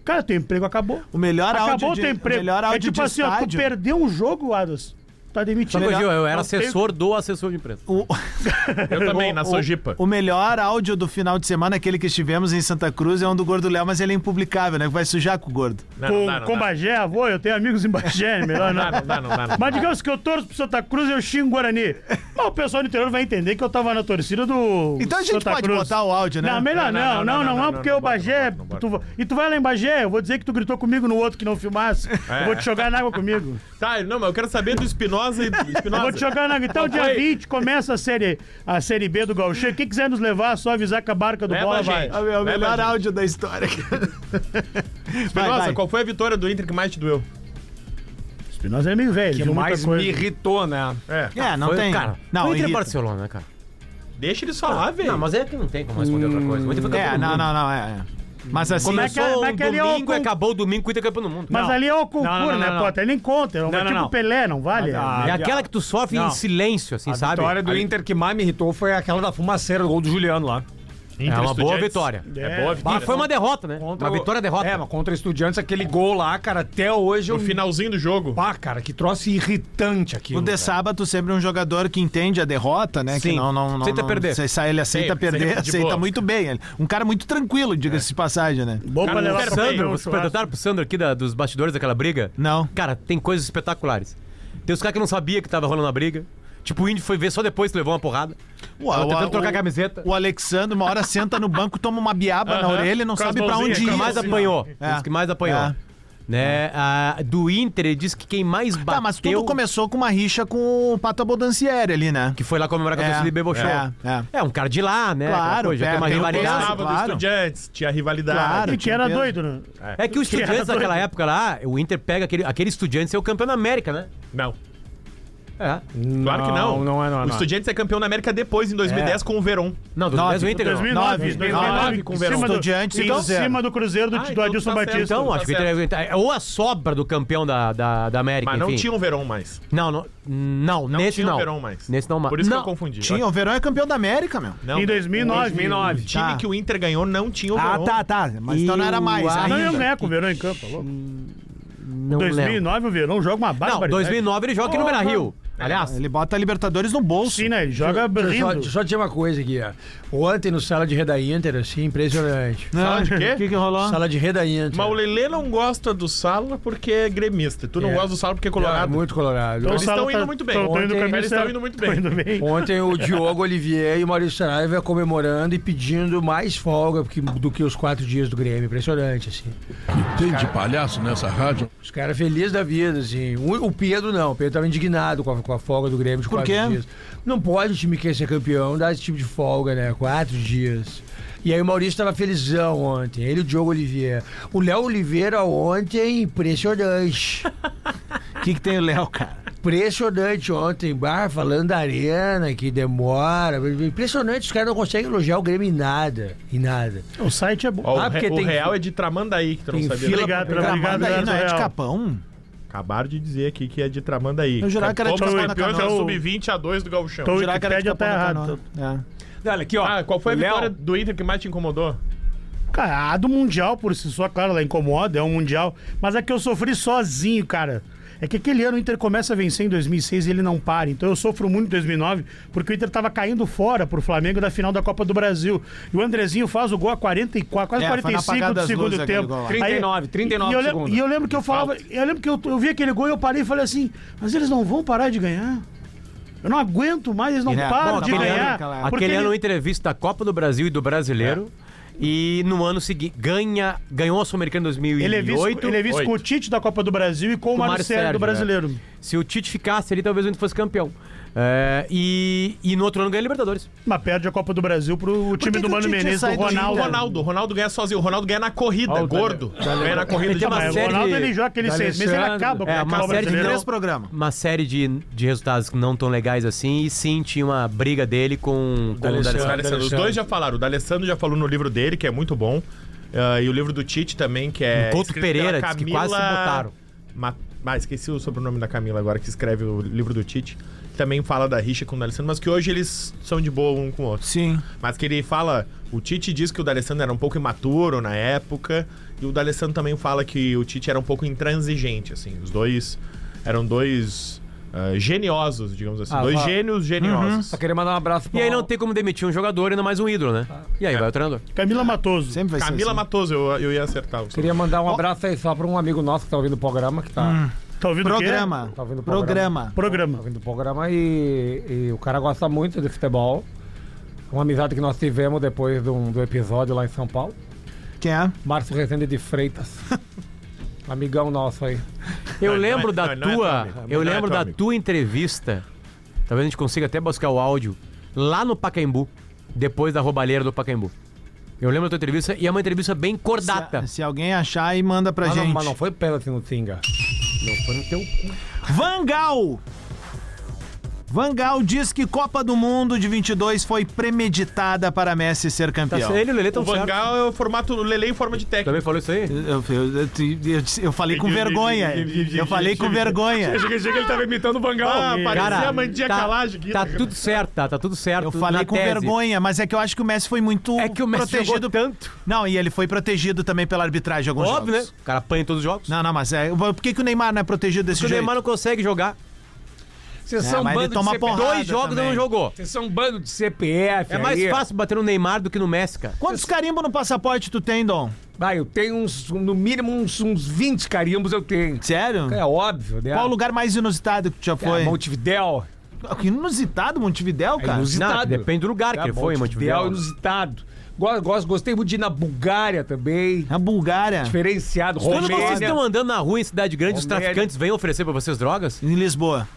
Speaker 3: Cara, teu emprego acabou.
Speaker 2: O melhor
Speaker 3: Acabou
Speaker 2: áudio
Speaker 3: o
Speaker 2: de,
Speaker 3: teu emprego.
Speaker 2: melhor
Speaker 3: é
Speaker 2: áudio
Speaker 3: tipo
Speaker 2: de
Speaker 3: assim, ó, tu
Speaker 2: estádio.
Speaker 3: perdeu um jogo, Adas. Tá demitido.
Speaker 4: Só que eu, eu era
Speaker 3: Não tem-
Speaker 4: assessor do assessor de imprensa.
Speaker 2: O,
Speaker 5: Eu também, na
Speaker 2: o-
Speaker 5: Sojipa.
Speaker 2: o melhor áudio do final de semana, aquele que estivemos em Santa Cruz, é um do Gordo Léo, mas ele é impublicável, né? Vai sujar com o Gordo.
Speaker 5: Não, né? não
Speaker 3: Com,
Speaker 5: dá, não
Speaker 3: com
Speaker 5: dá.
Speaker 3: Bagé, avô, eu tenho amigos em Bagé, melhor não.
Speaker 5: Não dá, não dá, não dá, não dá.
Speaker 3: Mas digamos que eu torço pro Santa Cruz e eu xingo o Guarani. Mas o pessoal do interior vai entender que eu tava na torcida do.
Speaker 2: Então a gente
Speaker 3: Santa
Speaker 2: pode
Speaker 3: Cruz.
Speaker 2: botar o áudio, né?
Speaker 3: Não, melhor não, não, não, não,
Speaker 5: não,
Speaker 3: porque
Speaker 5: não,
Speaker 3: o
Speaker 5: bota,
Speaker 3: Bagé.
Speaker 5: não bota, não
Speaker 3: tu-
Speaker 5: bota.
Speaker 3: e tu vai lá em Bagé, eu vou dizer que tu gritou comigo no outro que não filmasse.
Speaker 5: É.
Speaker 3: Eu vou te jogar na água comigo.
Speaker 5: Tá, não, mas eu quero saber do Espinosa e do
Speaker 3: Eu vou
Speaker 5: Espinosa.
Speaker 3: te jogar na água. Então, dia 20 começa a série, a série B do Gauchão. Quem quiser nos levar, é só avisar que a barca do
Speaker 5: Leva
Speaker 3: bola
Speaker 5: a gente.
Speaker 3: vai.
Speaker 2: É o meu- o
Speaker 5: Vai,
Speaker 2: melhor
Speaker 5: Bagé.
Speaker 2: áudio da história. vai,
Speaker 5: Espinosa,
Speaker 2: vai.
Speaker 5: qual foi a vitória do Inter que mais te doeu?
Speaker 3: Nós é meio velho,
Speaker 6: Que
Speaker 3: viu muita
Speaker 6: mais me
Speaker 3: coisa.
Speaker 6: irritou, né?
Speaker 2: É, não
Speaker 4: Foi,
Speaker 2: tem.
Speaker 4: Cara,
Speaker 2: não,
Speaker 4: o Inter é
Speaker 2: irrita.
Speaker 4: Barcelona, né, cara?
Speaker 5: Deixa eles falar, velho.
Speaker 4: Não, mas é que não tem como responder outra coisa. O Inter foi
Speaker 2: É,
Speaker 4: campeão do
Speaker 2: não,
Speaker 4: mundo.
Speaker 2: não, não, é. é. Mas assim,
Speaker 3: Como é que-
Speaker 4: Começou
Speaker 3: como é
Speaker 4: um
Speaker 3: que ele é o
Speaker 4: domingo,
Speaker 3: con-
Speaker 4: acabou o domingo, cuida campeão do mundo.
Speaker 3: Mas ali é o concurso,
Speaker 6: Não, não, não,
Speaker 3: né,
Speaker 6: não.
Speaker 3: Potter? Ele encontra, não,
Speaker 6: Não,
Speaker 3: é
Speaker 6: não,
Speaker 3: tipo
Speaker 6: não.
Speaker 3: Pelé, não vale?
Speaker 6: Ah,
Speaker 4: É aquela que tu sofre
Speaker 6: Não.
Speaker 4: em silêncio, assim,
Speaker 6: A
Speaker 4: sabe?
Speaker 6: É, vitória do
Speaker 4: Ali-
Speaker 6: Inter que mais me irritou foi aquela da fumaceira, o gol do Juliano lá.
Speaker 4: É uma boa
Speaker 5: Estudiantes.
Speaker 4: vitória.
Speaker 5: É boa vitória.
Speaker 4: E foi uma derrota, né? uma
Speaker 6: o-
Speaker 4: vitória derrota.
Speaker 6: É, mas contra estudiantes, aquele gol lá, cara, até hoje eu...
Speaker 5: No finalzinho do jogo.
Speaker 6: Pá, cara, que troço irritante aqui.
Speaker 2: O De Sábato sempre é um jogador que entende a derrota, né? Que
Speaker 4: Sim.
Speaker 2: não, não, não,
Speaker 4: Aceita
Speaker 2: não-
Speaker 4: perder.
Speaker 2: Você sai, ele aceita
Speaker 5: Sempre,
Speaker 2: perder,
Speaker 5: sempre de
Speaker 2: aceita
Speaker 5: boa.
Speaker 2: muito bem. Ele- Um cara muito tranquilo, diga-se de passagem, né?
Speaker 3: É Bom pra
Speaker 5: Cara,
Speaker 3: levar
Speaker 5: o
Speaker 3: pra
Speaker 5: Sandro,
Speaker 3: comer um
Speaker 4: Vocês perguntaram pro Sandro aqui da- dos bastidores daquela briga?
Speaker 2: Não.
Speaker 4: Cara, tem coisas espetaculares. Tem os caras que não sabia que tava rolando a briga. Tipo, o índio foi ver só depois que levou uma porrada. Tava tentando trocar a camiseta.
Speaker 2: O Alexandre, uma hora senta no banco, toma uma biaba na
Speaker 5: Aham,
Speaker 2: orelha e não
Speaker 5: com as
Speaker 2: sabe pra
Speaker 5: mãozinhas,
Speaker 2: onde
Speaker 5: com
Speaker 2: ir.
Speaker 5: as
Speaker 4: Quem mais apanhou.
Speaker 2: É.
Speaker 4: Os que mais apanhou.
Speaker 2: É.
Speaker 4: Né? A- do Inter, ele disse que quem mais bateu...
Speaker 2: Tá, mas tudo começou com uma rixa com o Pata Bodancieri ali, né?
Speaker 4: Que foi lá comemorar com a
Speaker 2: É,
Speaker 4: torcida e Bebochou.
Speaker 2: é, é.
Speaker 4: um cara de lá, né?
Speaker 2: Claro,
Speaker 4: Aquela coisa, já tem
Speaker 5: é,
Speaker 4: uma
Speaker 2: pé, tem o
Speaker 4: rivalidade.
Speaker 5: Gostava um do
Speaker 2: claro.
Speaker 5: Estudiantes, tinha rivalidade.
Speaker 2: Claro.
Speaker 3: E Ah, que era
Speaker 2: Tinha
Speaker 3: doido, né?
Speaker 4: É que os estudiantes
Speaker 3: Criado
Speaker 4: daquela
Speaker 3: doido.
Speaker 4: época lá, o Inter pega aquele, aquele estudiante é o campeão da América, né?
Speaker 5: Não,
Speaker 4: É.
Speaker 5: claro que não.
Speaker 6: Não, é, não, é,
Speaker 5: O
Speaker 6: não. é.
Speaker 5: Estudiantes é campeão na América depois, em 2010, com o Verón.
Speaker 4: Não, do
Speaker 2: Nove,
Speaker 4: 10 o Inter. ganhou.
Speaker 3: 2009, 2009,
Speaker 5: com
Speaker 3: em
Speaker 5: o
Speaker 3: cima
Speaker 5: Verão.
Speaker 3: do-
Speaker 2: Estudiantes e
Speaker 6: então,
Speaker 3: Em
Speaker 2: Cruzeiro.
Speaker 3: cima do Cruzeiro do,
Speaker 5: Ah,
Speaker 3: do
Speaker 5: então
Speaker 3: Adilson
Speaker 5: tá certo.
Speaker 3: Batista.
Speaker 4: Então, acho que o Inter
Speaker 5: certo.
Speaker 4: o Inter- ou a sobra do campeão da, da, da América,
Speaker 5: Mas não
Speaker 4: enfim.
Speaker 5: tinha o Verón mais.
Speaker 4: Não, não, não, nesse
Speaker 5: tinha o
Speaker 4: não.
Speaker 5: Verón mais.
Speaker 4: Nesse não, mas-
Speaker 5: Por isso
Speaker 4: não.
Speaker 5: que eu confundi.
Speaker 2: Tinha, o Verão é campeão da América, meu.
Speaker 5: Não,
Speaker 6: então.
Speaker 3: Em 2009.
Speaker 6: 2009.
Speaker 5: O time
Speaker 2: Tá.
Speaker 5: que o Inter ganhou não tinha o
Speaker 2: Ah,
Speaker 5: Verón.
Speaker 2: tá, tá. Mas então não era mais.
Speaker 4: Eu
Speaker 3: Não, eu
Speaker 2: Ainda.
Speaker 3: ganhei com o Verão em campo. tá alô.
Speaker 4: Não lembro.
Speaker 3: 2009 o Verão joga uma
Speaker 4: Não,
Speaker 5: né?
Speaker 3: barbaridade.
Speaker 4: 2009 ele joga aqui no Beira Rio.
Speaker 3: É,
Speaker 4: Aliás,
Speaker 2: Ele bota a Libertadores no bolso.
Speaker 3: Sim, né? Ele joga
Speaker 6: Deixa eu só-
Speaker 3: rindo.
Speaker 6: deixa eu só dizer uma coisa aqui, ó. Ontem no Sala de Reda Inter, assim, impressionante.
Speaker 2: Não,
Speaker 5: de quê?
Speaker 2: O que, que
Speaker 4: Ah.
Speaker 2: rolou?
Speaker 6: Sala de Reda Inter.
Speaker 5: Mas o Lelê não gosta do Sala porque é gremista. Tu não
Speaker 6: É.
Speaker 5: gosta do Sala porque é
Speaker 6: É,
Speaker 5: colorado.
Speaker 6: muito colorado.
Speaker 5: Então,
Speaker 6: Ontem-
Speaker 5: Eles
Speaker 3: Sala
Speaker 5: tão indo muito bem.
Speaker 3: tão- tão indo
Speaker 6: Ontem-
Speaker 3: caminho
Speaker 5: Eles tão
Speaker 3: certo.
Speaker 5: indo muito
Speaker 3: Tão
Speaker 5: bem.
Speaker 3: indo bem.
Speaker 6: Ontem o Diogo Olivier e o Maurício Saraiva comemorando e pedindo mais folga porque- do que os quatro dias do Grêmio. Impressionante, assim.
Speaker 7: Tem de palhaço nessa rádio.
Speaker 6: Os caras felizes da vida, assim. O, o Pedro não, o Pedro tava indignado com a, com a folga do Grêmio de
Speaker 2: Por
Speaker 6: quatro
Speaker 2: quê?
Speaker 6: dias. Não pode o time que quer ser campeão dar esse tipo de folga, né? Quatro dias. E aí o Maurício tava felizão ontem, ele e o Diogo Oliveira. O Léo Oliveira ontem, impressionante.
Speaker 2: O que, que tem o Léo, cara?
Speaker 6: Impressionante ontem, bar falando da arena que demora. Impressionante, os caras não conseguem elogiar o Grêmio em nada. Em nada.
Speaker 3: O site é bom.
Speaker 5: Ó,
Speaker 6: Ah,
Speaker 5: o, tá
Speaker 6: porque
Speaker 5: re- o
Speaker 6: tem-
Speaker 5: Real é de Tramandaí, que tu não
Speaker 6: tem
Speaker 5: sabia.
Speaker 6: fila-
Speaker 3: Obrigado,
Speaker 6: Gramado
Speaker 3: obrigado,
Speaker 2: Gramado aí, não é de
Speaker 3: Real.
Speaker 2: Capão?
Speaker 5: Acabaram de dizer aqui que é de Tramandaí.
Speaker 2: Eu jurava que era de
Speaker 5: Fomos
Speaker 2: Capão da
Speaker 5: campeões
Speaker 2: Canoa.
Speaker 5: pelo Sub-20 um a 2 do Gauchão.
Speaker 3: Então, O
Speaker 2: Jurava que era de
Speaker 3: Wikipedia tá
Speaker 2: Capão da
Speaker 3: errado.
Speaker 2: Canoa. É.
Speaker 6: Olha aqui, ó.
Speaker 5: Ah, qual foi a
Speaker 6: O Léo-
Speaker 5: vitória do Inter que mais te incomodou?
Speaker 3: Cara, a do Mundial por si só, claro, ela incomoda, é um Mundial. Mas é que eu sofri sozinho, cara. É que aquele ano o Inter começa a vencer em 2006 e ele não para. Então eu sofro muito em 2009, porque o Inter tava caindo fora pro Flamengo da final da Copa do Brasil. E o Andrezinho faz o gol a 44, quase
Speaker 2: É, foi no
Speaker 3: 45
Speaker 2: apagar
Speaker 3: do
Speaker 2: das
Speaker 3: segundo
Speaker 2: luzes aquele
Speaker 3: tempo.
Speaker 2: gol lá.
Speaker 6: 39, 39
Speaker 3: e eu, lem-
Speaker 6: segundos.
Speaker 3: E eu lembro que eu falava, eu lembro que eu, eu vi aquele gol e eu parei e falei assim: "Mas eles não vão parar de ganhar". Eu não aguento mais, eles não
Speaker 2: Ele é-
Speaker 3: param
Speaker 2: Bom,
Speaker 3: de
Speaker 2: aquele
Speaker 3: ganhar.
Speaker 2: ano-
Speaker 4: aquele
Speaker 3: porque
Speaker 4: ano o
Speaker 3: ele- É.
Speaker 4: Inter é visto da Copa do Brasil e do Brasileiro. E no ano seguinte, ganha, ganhou a Sul-Americana em 2008.
Speaker 3: ele é vice, ele é vice com o
Speaker 4: Oito.
Speaker 3: Tite da Copa do Brasil e com o
Speaker 4: Com o é.
Speaker 3: Mário,
Speaker 4: Mário
Speaker 3: Sérgio, do
Speaker 4: Sérgio, né?
Speaker 3: Brasileiro.
Speaker 4: Se o Tite ficasse ali, talvez o Inter fosse campeão. É, e, e no outro ano ganha a Libertadores.
Speaker 3: Mas perde a Copa do Brasil pro
Speaker 2: que
Speaker 3: time do
Speaker 2: que o
Speaker 3: Mano
Speaker 2: Tite é
Speaker 3: Menezes, do
Speaker 2: sai do
Speaker 5: O
Speaker 3: Ronaldo.
Speaker 2: Inter?
Speaker 5: Ronaldo. O Ronaldo ganha sozinho. O Ronaldo ganha na corrida,
Speaker 6: Ó, o
Speaker 5: gordo. Ganha na corrida de
Speaker 4: Tem uma
Speaker 3: Mas o
Speaker 4: série-
Speaker 3: Ronaldo ele joga aqueles seis meses, ele
Speaker 6: Alessandro.
Speaker 3: acaba com
Speaker 4: É,
Speaker 3: a
Speaker 4: uma
Speaker 3: Copa
Speaker 4: série de
Speaker 3: Brasileira.
Speaker 2: Três programas.
Speaker 4: Uma série de, de resultados que não tão legais assim. E sim, tinha uma briga dele com, com o
Speaker 5: O
Speaker 6: D'Alessandro.
Speaker 4: D'Alessandro.
Speaker 5: D'Alessandro. Os dois já falaram. O D'Alessandro já falou no livro dele, que é muito bom. Ah, e o livro do Tite também, que é.
Speaker 4: Um Couto
Speaker 5: escrito
Speaker 4: Pereira,
Speaker 5: pela
Speaker 4: diz que quase se botaram.
Speaker 5: Ma... Ah, esqueci o sobrenome da Camila agora, que escreve o livro do Tite. que Também fala da rixa com o D'Alessandro, mas que hoje eles são de boa um com o outro.
Speaker 2: Sim.
Speaker 5: Mas que ele fala. O Tite diz que o D'Alessandro era um pouco imaturo na época. E o D'Alessandro também fala que o Tite era um pouco intransigente, assim. Os dois eram dois ah, geniosos, digamos assim.
Speaker 6: Ah,
Speaker 5: dois
Speaker 6: fala.
Speaker 5: gênios geniosos.
Speaker 6: Só queria mandar um abraço pro
Speaker 4: E aí não tem como demitir um jogador, ainda mais um ídolo, né? E aí vai o treinador.
Speaker 3: Camila Matoso.
Speaker 2: Sempre vai ser
Speaker 5: Camila
Speaker 2: assim.
Speaker 5: Matoso, eu, eu ia acertar. o
Speaker 6: Queria mandar um abraço aí só pra um amigo nosso que tá ouvindo o programa, que tá,
Speaker 3: Tá ouvindo o quê?
Speaker 2: Programa.
Speaker 6: Tá ouvindo o
Speaker 2: programa.
Speaker 6: programa. tá
Speaker 3: Programa.
Speaker 6: ouvindo o programa e, e o cara gosta muito de futebol. Uma amizade que nós tivemos depois de um- do episódio lá em São Paulo.
Speaker 2: Quem é?
Speaker 6: Márcio Rezende de Freitas. Amigão nosso aí.
Speaker 4: Eu
Speaker 5: Não, não
Speaker 4: lembro
Speaker 5: é-
Speaker 4: da
Speaker 5: não, não é
Speaker 4: tua.
Speaker 5: teu amigo.
Speaker 4: eu
Speaker 5: Não é
Speaker 4: lembro
Speaker 5: teu
Speaker 4: da
Speaker 5: amigo.
Speaker 4: tua entrevista. Talvez a gente consiga até buscar o áudio. Lá no Pacaembu, depois da roubalheira do Pacaembu. Eu lembro da tua entrevista e é uma entrevista bem cordata.
Speaker 2: Se, se alguém achar e manda pra
Speaker 6: Mas não,
Speaker 2: gente.
Speaker 6: mas não foi pênalti no Tinga. Não foi no teu cu.
Speaker 2: Vangal! Vangal diz que Copa do Mundo de 22 foi premeditada para Messi ser
Speaker 4: Tá
Speaker 2: campeão.
Speaker 4: certo, ele e o Lelê
Speaker 5: O
Speaker 4: tão certo.
Speaker 5: Vangal é o formato o Lele em forma de técnico.
Speaker 4: Também falou isso aí?
Speaker 2: Eu, eu- eu- eu- eu falei com vergonha. Eu falei com vergonha.
Speaker 6: Achei que ele tava imitando o Bangal.
Speaker 5: Ah, parecia
Speaker 4: Cara,
Speaker 5: a Mandinha
Speaker 4: tá,
Speaker 5: Calage.
Speaker 4: tá tudo certo, tá, tá tudo certo.
Speaker 2: Eu falei
Speaker 4: na
Speaker 2: com
Speaker 4: tese.
Speaker 2: vergonha, mas é que eu acho que o Messi foi muito
Speaker 4: É que o Messi
Speaker 2: protegido.
Speaker 4: jogou tanto.
Speaker 2: Não, e ele foi protegido também pela arbitragem em alguns
Speaker 4: Óbvio,
Speaker 2: jogos.
Speaker 4: né? O cara apanha em todos os jogos.
Speaker 2: Não, não, mas é, por que, que o Neymar não é protegido desse
Speaker 4: Porque o
Speaker 2: jeito?
Speaker 4: Neymar não consegue jogar.
Speaker 6: Vocês
Speaker 2: É,
Speaker 6: são
Speaker 2: mas ele
Speaker 6: bando
Speaker 2: toma
Speaker 6: de
Speaker 2: porrada.
Speaker 6: CPF.
Speaker 4: Dois jogos ele
Speaker 2: também.
Speaker 4: não jogou.
Speaker 6: Vocês são um bando de CPF.
Speaker 4: É mais
Speaker 6: aí.
Speaker 4: fácil bater no Neymar do que no Messi, cara.
Speaker 2: Quantos carimbos no passaporte tu tem, Dom?
Speaker 6: Ah, eu tenho uns, no mínimo uns, uns 20 carimbos eu tenho.
Speaker 2: Sério?
Speaker 6: É óbvio, né?
Speaker 2: Qual o lugar mais inusitado que tu já foi?
Speaker 6: É, Montevidéu.
Speaker 2: Inusitado,
Speaker 4: É
Speaker 2: Montevidéu, cara?
Speaker 6: inusitado.
Speaker 4: Não, depende do lugar que ele foi, Montevidéu.
Speaker 6: É inusitado. Gosto, gosto, gostei muito de ir na Bulgária também.
Speaker 2: Na Bulgária.
Speaker 6: Diferenciado.
Speaker 4: Quando
Speaker 6: Romênia.
Speaker 4: vocês estão andando na rua em cidade grande, os
Speaker 6: Romênia.
Speaker 4: traficantes vêm oferecer pra vocês drogas?
Speaker 2: Em Lisboa.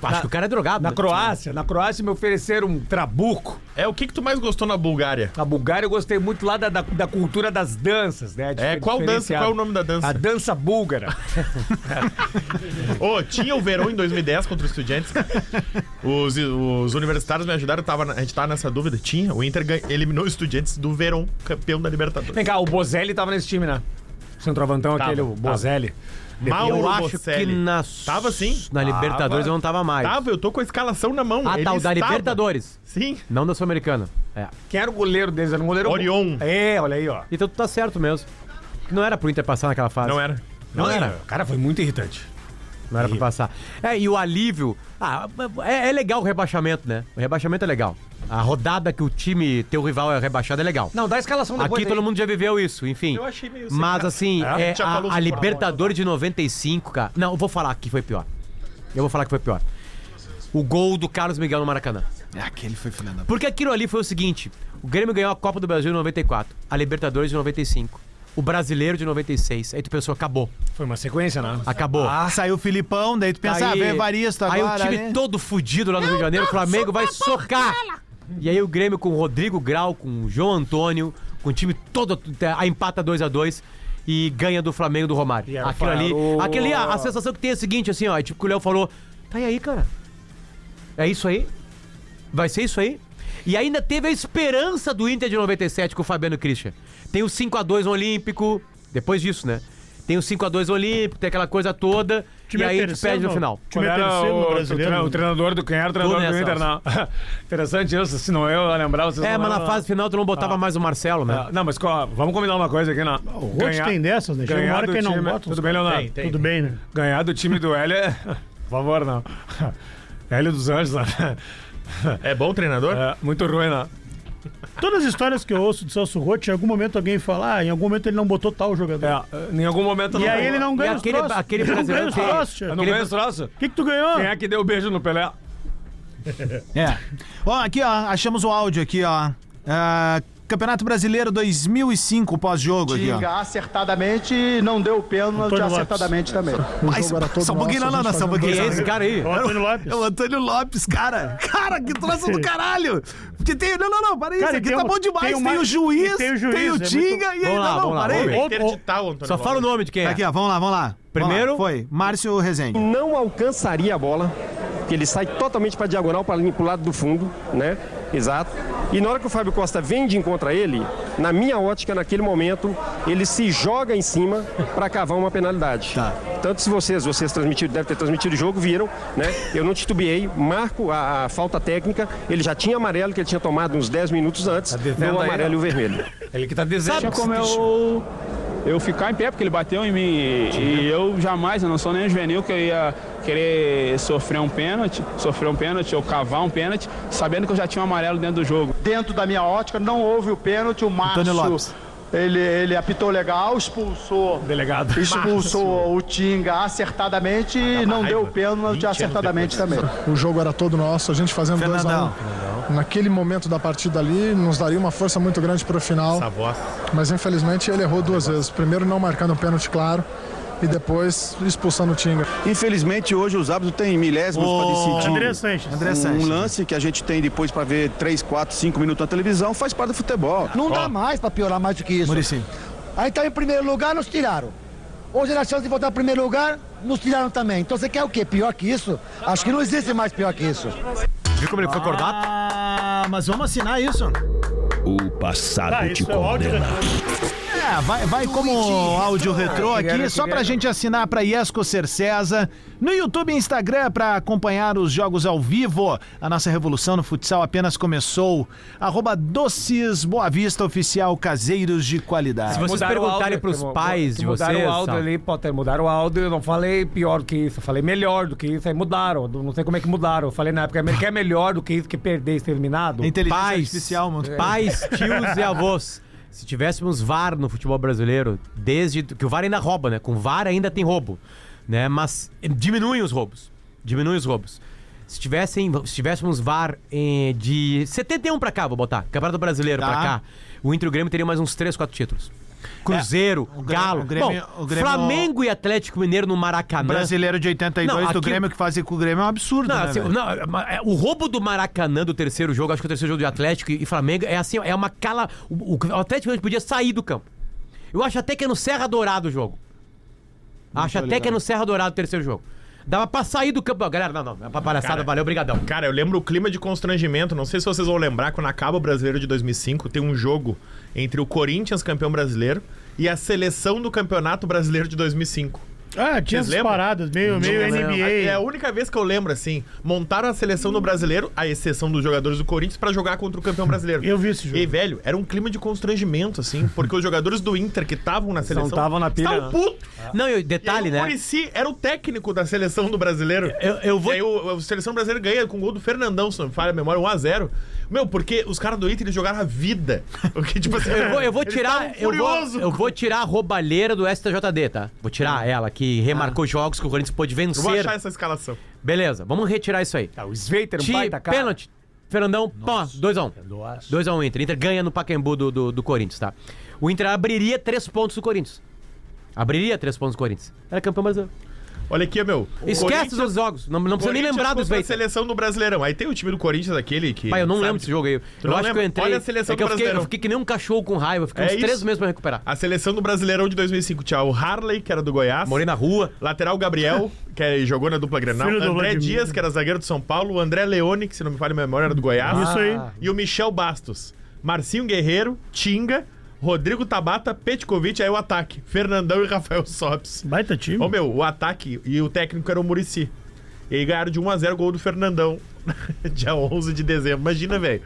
Speaker 5: Tá.
Speaker 4: Acho que o cara é drogado.
Speaker 6: Na
Speaker 4: né?
Speaker 6: Croácia. Na Croácia me ofereceram um trabuco.
Speaker 5: É o que, que tu mais gostou na Bulgária?
Speaker 6: Na Bulgária eu gostei muito lá da, da, da cultura das danças, né?
Speaker 5: É, qual dança? Qual é o nome da dança?
Speaker 6: A dança búlgara.
Speaker 5: Ô, tinha o Verão em 2010 contra os estudiantes. Os, os universitários me ajudaram, tava, na- a gente tava nessa dúvida. Tinha, o Inter gan- eliminou os estudiantes do Verão, campeão da Libertadores.
Speaker 6: Vem cá, o Bozelli tava nesse time, né? Centroavantão
Speaker 5: Tava,
Speaker 6: aquele, o
Speaker 5: tava.
Speaker 6: Bozelli.
Speaker 5: Mauro
Speaker 4: Eu acho que
Speaker 5: Bocelli.
Speaker 4: na.
Speaker 5: Tava sim.
Speaker 4: Na Libertadores eu não tava mais.
Speaker 5: Tava, eu tô com a escalação na mão.
Speaker 4: Ah,
Speaker 5: Ele
Speaker 4: tá, o da
Speaker 5: estava.
Speaker 4: Libertadores.
Speaker 5: Sim.
Speaker 4: Não da Sul-Americana. É.
Speaker 6: Quem era o goleiro deles? Era um goleiro...
Speaker 5: Orion.
Speaker 6: É, olha aí, ó.
Speaker 4: Então tu tá certo mesmo. Não era pro Inter passar naquela fase.
Speaker 5: Não era.
Speaker 4: Não, era.
Speaker 6: Cara, foi muito irritante.
Speaker 4: Não era pra passar. É, e o alívio. Ah, é, é legal o rebaixamento, né? O rebaixamento é legal. A rodada que o time, teu rival é rebaixado é legal.
Speaker 6: Não, dá a escalação depois.
Speaker 4: Aqui todo mundo já viveu isso, enfim.
Speaker 5: Eu achei meio sem
Speaker 4: Mas
Speaker 5: graça.
Speaker 4: assim,
Speaker 5: Ah,
Speaker 4: é,
Speaker 5: já
Speaker 4: a,
Speaker 5: falou
Speaker 4: a
Speaker 5: sobre
Speaker 4: Libertadores de 95, cara. Não, eu vou falar que foi pior. Eu vou falar que foi pior. O gol do Carlos Miguel no Maracanã.
Speaker 2: Ah, Aquele foi filha da...
Speaker 4: Porque aquilo ali foi o seguinte: o Grêmio ganhou a Copa do Brasil em 94, a Libertadores de 95, o Brasileiro de 96. Aí tu pensou, acabou,
Speaker 6: Foi uma sequência, né?
Speaker 4: acabou.
Speaker 2: Ah, Saiu o Filipão, daí tu pensa, ah,
Speaker 4: Tá aí,
Speaker 2: veio Evaristo
Speaker 4: aí
Speaker 2: agora.
Speaker 4: o time
Speaker 2: né?
Speaker 4: todo fudido lá no Rio de Janeiro, o Flamengo vai socar. E aí o Grêmio com o Rodrigo Grau, com o João Antônio, com o time todo, a empata 2 a 2 e ganha do Flamengo do Romário.
Speaker 6: E era
Speaker 4: Aquilo ali,
Speaker 6: farol.
Speaker 4: aquele, a, a sensação que tem é a seguinte, assim, ó, é tipo que o Léo falou, tá e aí, cara? É isso aí? Vai ser isso aí? E ainda teve a esperança do Inter de 97 com o Fabiano Christian. Tem o 5x2 Olímpico, depois disso, né? Tem o 5x2 Olímpico, tem aquela coisa toda, e aí tu perde no final.
Speaker 3: é Time é terceiro no brasileiro.
Speaker 6: o, treinador do quem era o treinador
Speaker 4: Tudo
Speaker 6: do
Speaker 4: nessa,
Speaker 6: Inter, não. Interessante isso, se não eu lembrar, vocês
Speaker 4: É,
Speaker 6: não
Speaker 4: mas na
Speaker 6: lembram.
Speaker 4: fase final tu não botava mais o Marcelo,
Speaker 2: É.
Speaker 4: né?
Speaker 6: Ah, Não, mas ó, vamos combinar uma coisa aqui, né? não.
Speaker 3: O Rote tem dessas, né? Chega uma hora que ele não bota. uns-
Speaker 6: Tudo bem, Leonardo?
Speaker 3: Tudo bem, né?
Speaker 6: Ganhar do time do Hélio é... Por favor, não. Hélio dos Anjos, né?
Speaker 5: É bom o treinador?
Speaker 6: É, muito ruim, não.
Speaker 3: Todas as histórias que eu ouço de Celso Rotti, em algum momento alguém fala, ah, em algum momento ele não botou tal jogador.
Speaker 6: É, em algum momento...
Speaker 3: E
Speaker 6: não-
Speaker 3: aí ele não ganha
Speaker 4: E
Speaker 3: os
Speaker 4: aquele-
Speaker 3: troços.
Speaker 4: aquele
Speaker 3: Ele não ganha os
Speaker 4: brasileiro
Speaker 3: troços,
Speaker 6: Eu
Speaker 3: tia.
Speaker 6: não ganho esse troço?
Speaker 3: O que, que tu ganhou?
Speaker 6: Quem é que deu beijo no Pelé?
Speaker 2: É. Ó, aqui, ó, achamos o áudio aqui, ó. Ah, Campeonato Brasileiro 2005, pós-jogo aqui, ó.
Speaker 11: acertadamente e não deu pênalti
Speaker 3: Antônio Lopes.
Speaker 11: acertadamente também.
Speaker 2: Mas, só um pouquinho, não, não, não, só um
Speaker 4: Que
Speaker 2: pouquinho.
Speaker 4: é esse cara aí?
Speaker 3: Ó, Antônio Lopes.
Speaker 2: É o Antônio Lopes, cara. Cara, que troço do caralho. Porque tem. Não, não, não, para isso.
Speaker 3: Cara,
Speaker 2: Aqui
Speaker 3: tem
Speaker 2: tá
Speaker 3: um-
Speaker 2: bom demais. Tem,
Speaker 3: tem o
Speaker 2: o
Speaker 3: mais-
Speaker 2: juiz,
Speaker 3: tem
Speaker 2: tem
Speaker 3: o
Speaker 2: o,
Speaker 3: juiz, é muito-
Speaker 2: Tinga e aí.
Speaker 4: Vamos lá,
Speaker 2: não, não,
Speaker 4: vamos lá,
Speaker 2: parei.
Speaker 4: vamos
Speaker 5: É
Speaker 4: ver.
Speaker 5: interditar o Antônio
Speaker 4: Só fala o
Speaker 5: Lopes.
Speaker 4: nome de quem é.
Speaker 2: Aqui, ó, vamos lá, vamos lá. Vamos lá.
Speaker 4: Primeiro?
Speaker 2: Foi, Márcio Rezende.
Speaker 11: Não alcançaria a bola, que ele sai totalmente para diagonal, para o lado do fundo, né? Exato. E na hora que o Fábio Costa vem de encontro a ele, na minha ótica, naquele momento, ele se joga em cima para cavar uma penalidade.
Speaker 6: Tá.
Speaker 11: Tanto se vocês, vocês transmitiram, devem ter transmitido o jogo, viram, né? Eu não titubeei, marco a, a falta técnica, ele já tinha amarelo, que ele tinha tomado uns 10 minutos antes,
Speaker 6: devendo
Speaker 11: deu o
Speaker 6: Tá aí,
Speaker 11: amarelo
Speaker 6: ó.
Speaker 11: e o vermelho.
Speaker 6: Ele que tá desejando.
Speaker 11: Sabe
Speaker 4: é
Speaker 11: como
Speaker 12: eu, eu ficar em pé, porque ele bateu em mim. E eu jamais, eu não sou nem um juvenil que eu ia querer sofrer um pênalti, sofrer um pênalti ou cavar um pênalti, sabendo que eu já tinha um amarelo dentro do jogo.
Speaker 11: Dentro da minha ótica, não houve o pênalti, o
Speaker 2: Antônio Lopes.
Speaker 11: Márcio. Ele, ele apitou legal, expulsou.
Speaker 6: Delegado.
Speaker 11: Expulsou o Tinga acertadamente e não deu o pênalti acertadamente também. um,
Speaker 12: O jogo era todo nosso, a gente fazendo
Speaker 2: Fernandão.
Speaker 12: Naquele momento da partida ali, nos daria uma força muito grande para o final.
Speaker 5: Essa voz.
Speaker 12: Mas infelizmente ele errou duas vezes. Primeiro não marcando o pênalti claro e depois expulsando o Tinga.
Speaker 11: Infelizmente, hoje os árbitros têm milésimos
Speaker 2: Ô,
Speaker 11: para
Speaker 3: André
Speaker 11: decidir.
Speaker 3: Sanches.
Speaker 2: André
Speaker 11: Um
Speaker 2: Sanches.
Speaker 11: lance que a gente tem depois para ver 3, 4, 5 minutos na televisão faz parte do futebol.
Speaker 13: Não dá mais pra piorar mais do que isso.
Speaker 2: Muricy.
Speaker 13: Aí tá em primeiro lugar, nos tiraram. Hoje era a chance de voltar ao primeiro lugar, nos tiraram também. Então você quer o quê? Pior que isso? Acho que não existe mais pior que isso.
Speaker 2: Viu como ele foi acordado? Ah, mas vamos assinar isso.
Speaker 1: O passado
Speaker 2: Ah,
Speaker 1: te
Speaker 2: isso é o áudio
Speaker 1: condena.
Speaker 2: É, vai, vai como áudio retrô aqui, só pra gente assinar pra Iesco Cercesa, no YouTube e Instagram pra acompanhar os jogos ao vivo. A nossa revolução no futsal apenas começou. Arroba Doces Boa Vista Oficial Caseiros de Qualidade.
Speaker 4: Se vocês perguntarem
Speaker 6: para
Speaker 4: pros
Speaker 6: os
Speaker 4: pais de vocês.
Speaker 6: Mudaram o áudio
Speaker 4: sabe?
Speaker 6: ali, Potter, mudaram o áudio. Eu não falei pior do que isso, eu falei melhor do que isso. Aí mudaram. Não sei como é que mudaram. Eu falei na época, que é melhor do que isso que perder e ser eliminado?
Speaker 2: Inteligência
Speaker 6: Pais.
Speaker 2: artificial, mano.
Speaker 6: É.
Speaker 4: Pais, tios e avós. Se tivéssemos VAR no futebol brasileiro, desde que o VAR ainda rouba, né? Com VAR ainda tem roubo, né? Mas diminuem os roubos. Diminuem os roubos. Se, tivessem, se tivéssemos VAR eh, de 71 pra cá, vou botar, Campeonato Brasileiro pra
Speaker 2: Tá. É,
Speaker 4: cá, o Inter e o Grêmio teriam mais uns 3, 4 títulos. Cruzeiro, Galo,
Speaker 2: o Grêmio-
Speaker 4: Bom,
Speaker 2: o Grêmio-
Speaker 4: Flamengo e Atlético Mineiro no Maracanã.
Speaker 2: Brasileiro de 82
Speaker 4: Não,
Speaker 2: do
Speaker 4: aqui-
Speaker 2: Grêmio que fazem com o Grêmio é um absurdo,
Speaker 4: não,
Speaker 2: né,
Speaker 4: assim,
Speaker 2: velho?
Speaker 4: não, é, ma- é, o roubo do Maracanã do terceiro jogo, acho que o terceiro jogo de Atlético e e Flamengo é assim, é uma cala. O, o- o Atlético Mineiro podia sair do campo. Eu acho até que é no Serra Dourado o jogo. acho até que é no Serra Dourado o terceiro jogo. Dava pra sair do campo. Não, Galera, não, não. É pra palhaçada,
Speaker 5: Cara,
Speaker 4: valeu, brigadão.
Speaker 5: Cara, eu lembro o clima de constrangimento. Não sei se vocês vão lembrar, quando acaba o Brasileiro de 2005, tem um jogo entre o Corinthians, campeão brasileiro, e a seleção do Campeonato Brasileiro de 2005.
Speaker 3: Ah, tinha
Speaker 5: Vocês
Speaker 3: essas
Speaker 5: lembram?
Speaker 3: paradas, meio,
Speaker 5: Não
Speaker 3: meio
Speaker 5: lembro.
Speaker 3: NBA.
Speaker 5: É a única vez que eu lembro, assim, montaram a seleção do brasileiro, à exceção dos jogadores do Corinthians, pra jogar contra o campeão brasileiro.
Speaker 3: Eu vi esse jogo.
Speaker 5: E, velho, era um clima de constrangimento, assim, porque os jogadores do Inter que estavam na seleção.
Speaker 4: estavam na pilha,
Speaker 5: Estavam
Speaker 4: né?
Speaker 5: putos.
Speaker 4: Não, e detalhe,
Speaker 5: Ah. E aí
Speaker 4: né?
Speaker 5: O Muricy era o técnico da seleção do brasileiro.
Speaker 4: Eu, vou.
Speaker 5: E aí o, a seleção brasileira ganha com o gol do Fernandão, se não me falha a memória, 1x0. Meu, porque os caras do Inter eles jogaram a vida. Porque, tipo assim,
Speaker 4: Eu vou, eu vou
Speaker 5: eles
Speaker 4: tirar.
Speaker 5: estavam
Speaker 4: Eu
Speaker 5: furiosos.
Speaker 4: vou, eu vou tirar a roubalheira do STJD, tá? Vou tirar ela, que remarcou jogos que o Corinthians pôde vencer.
Speaker 5: Ah. Eu vou achar essa escalação.
Speaker 4: Beleza, vamos retirar isso aí. Tá, o
Speaker 6: Sveiter, um baita cara.
Speaker 4: Pênalti. Fernandão, pá, 2x1. 2x1 um. Inter. Inter ganha no Pacaembu do, do, do Corinthians, tá? O Inter abriria 3 pontos do Corinthians. Abriria 3 pontos do Corinthians. Era campeão brasileiro.
Speaker 5: Olha aqui, meu.
Speaker 4: Esquece os outros jogos. Não, não precisa nem
Speaker 5: Corinthians
Speaker 4: lembrar dos
Speaker 5: contra a
Speaker 4: Sveiter.
Speaker 5: seleção do Brasileirão. Aí tem o time do Corinthians, aquele que.
Speaker 4: Pai, eu não
Speaker 5: sabe?
Speaker 4: lembro desse jogo aí. Eu acho
Speaker 5: Tu não
Speaker 4: que eu
Speaker 5: lembra?
Speaker 4: entrei.
Speaker 5: Olha a seleção
Speaker 4: é que eu
Speaker 5: do
Speaker 4: fiquei, eu
Speaker 5: Brasileirão.
Speaker 4: fiquei que nem um cachorro com raiva. Eu fiquei uns 3
Speaker 5: isso.
Speaker 4: meses pra recuperar.
Speaker 5: A seleção do Brasileirão de 2005 tinha o Harley, que era do Goiás. Morei
Speaker 4: na rua.
Speaker 5: Lateral Gabriel, que é- jogou na dupla Grenal.
Speaker 3: Filho do
Speaker 5: André
Speaker 3: Vladimir.
Speaker 5: Dias, que era zagueiro do São Paulo. O André Leone, que se não me falha a memória, era do Goiás.
Speaker 3: Isso aí.
Speaker 5: E o Michel Bastos. Marcinho Guerreiro, Tinga, Rodrigo Tabata, Petkovic, aí o ataque. Fernandão e Rafael Sobs.
Speaker 3: Baita time.
Speaker 5: Ô meu, o ataque e o técnico era o Murici. E aí ganharam de 1x0 gol do Fernandão. Dia 11 de dezembro. Imagina, velho.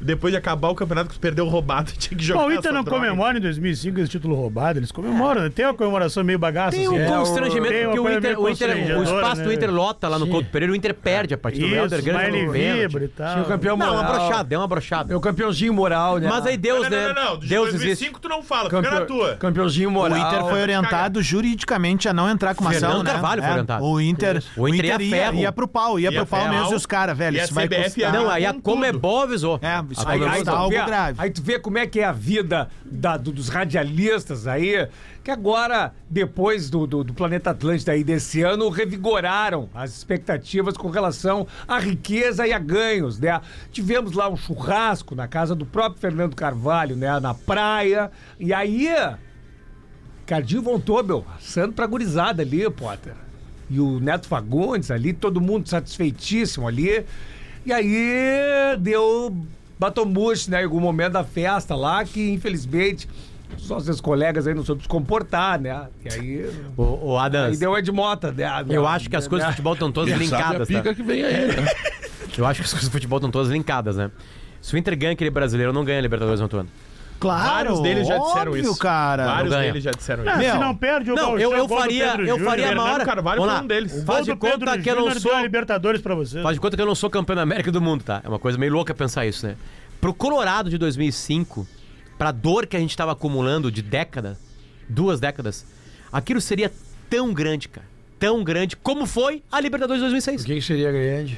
Speaker 5: Depois de acabar o campeonato que perdeu roubado, tinha que jogar
Speaker 3: Bom, o Inter
Speaker 5: essa
Speaker 3: não
Speaker 5: droga.
Speaker 3: comemora em 2005 esse título roubado, eles comemoram, né? Tem uma comemoração meio bagaça.
Speaker 4: Tem um
Speaker 3: assim.
Speaker 4: constrangimento,
Speaker 3: Tem uma
Speaker 4: porque o
Speaker 3: coisa
Speaker 4: Inter,
Speaker 3: meio
Speaker 4: o, Inter, o
Speaker 3: constrangedora,
Speaker 4: espaço do
Speaker 3: né?
Speaker 4: Inter lota lá no Couto Pereira, o Inter
Speaker 5: Ah,
Speaker 4: perde a partida.
Speaker 3: Isso,
Speaker 4: o Helder Grande
Speaker 3: mas
Speaker 4: faz
Speaker 3: ele
Speaker 4: um pênalti.
Speaker 3: vibra e tal.
Speaker 6: Tinha o campeão
Speaker 4: Não, uma
Speaker 6: moral.
Speaker 4: brochada, é uma brochada.
Speaker 6: É o campeãozinho moral, né?
Speaker 4: Mas aí Deus,
Speaker 5: Não, não,
Speaker 4: né?
Speaker 5: não, não, não. De
Speaker 4: Deus
Speaker 5: 2005
Speaker 4: existe.
Speaker 5: tu não fala, fica na tua.
Speaker 6: Campeãozinho
Speaker 2: O
Speaker 6: moral.
Speaker 2: Inter foi orientado juridicamente a não entrar com uma
Speaker 4: Fernando
Speaker 2: ação, né?
Speaker 4: Carvalho foi
Speaker 2: É,
Speaker 4: orientado.
Speaker 2: O Inter,
Speaker 4: O
Speaker 2: o
Speaker 4: Inter
Speaker 2: Inter
Speaker 4: ia
Speaker 2: ia,
Speaker 4: ferro.
Speaker 2: ia pro pau, ia,
Speaker 4: Ia
Speaker 2: pro pau
Speaker 4: ferro.
Speaker 2: mesmo e os caras, velho,
Speaker 4: E a
Speaker 2: isso vai
Speaker 4: CBF
Speaker 2: custar.
Speaker 4: Não, aí a Comebol avisou.
Speaker 2: É, isso vai
Speaker 6: aí,
Speaker 2: custar
Speaker 6: tu
Speaker 2: algo
Speaker 6: vê,
Speaker 2: grave.
Speaker 6: aí tu vê como é que é a vida da- do- dos radialistas aí, que agora, depois do, do, do Planeta Atlântida aí desse ano, revigoraram as expectativas com relação à riqueza e a ganhos, né? Tivemos lá um churrasco na casa do próprio Fernando Carvalho, né? Na praia. E aí, Cardinho Von Tobel, assando pra gurizada ali, Potter. E o Neto Fagundes ali, todo mundo satisfeitíssimo ali. E aí deu batomuche, né? Em algum momento da festa lá, que infelizmente só seus colegas aí não soube se comportar, né? E aí.
Speaker 4: Ô, ô, Adams,
Speaker 6: Aí deu Ed Mota, né?
Speaker 4: eu acho que as coisas do futebol estão todas
Speaker 6: Quem sabe a
Speaker 4: linkadas.
Speaker 6: pica que vem aí, né?
Speaker 4: Eu acho que as coisas do futebol estão todas linkadas, né? Se o Inter ganha aquele brasileiro, não ganha a Libertadores no outro ano.
Speaker 2: Claro,
Speaker 5: Vários deles já disseram
Speaker 2: óbvio,
Speaker 5: isso.
Speaker 2: cara.
Speaker 5: Vários
Speaker 4: Não ganha.
Speaker 5: deles já disseram
Speaker 4: Ah,
Speaker 5: isso.
Speaker 4: se
Speaker 3: não perde o
Speaker 4: Não,
Speaker 3: gol,
Speaker 4: eu-
Speaker 3: o
Speaker 4: eu
Speaker 3: gol do
Speaker 4: faria-
Speaker 3: Pedro
Speaker 4: eu
Speaker 3: Júnior.
Speaker 4: faria a
Speaker 3: Fernando
Speaker 4: maior-
Speaker 5: Carvalho
Speaker 4: Vamos
Speaker 5: foi
Speaker 4: lá.
Speaker 5: um deles.
Speaker 3: O
Speaker 4: Faz
Speaker 3: gol
Speaker 4: de
Speaker 3: do Pedro
Speaker 4: conta que eu não
Speaker 3: Júnior deu
Speaker 4: sou-
Speaker 3: a Libertadores pra você.
Speaker 4: Faz de conta que eu não sou campeão da América do mundo, tá? É uma coisa meio louca pensar isso, né? Pro Colorado de 2005, pra dor que a gente tava acumulando de década, duas décadas, aquilo seria tão grande, cara. Tão grande como foi a Libertadores de 2006.
Speaker 6: Quem seria grande?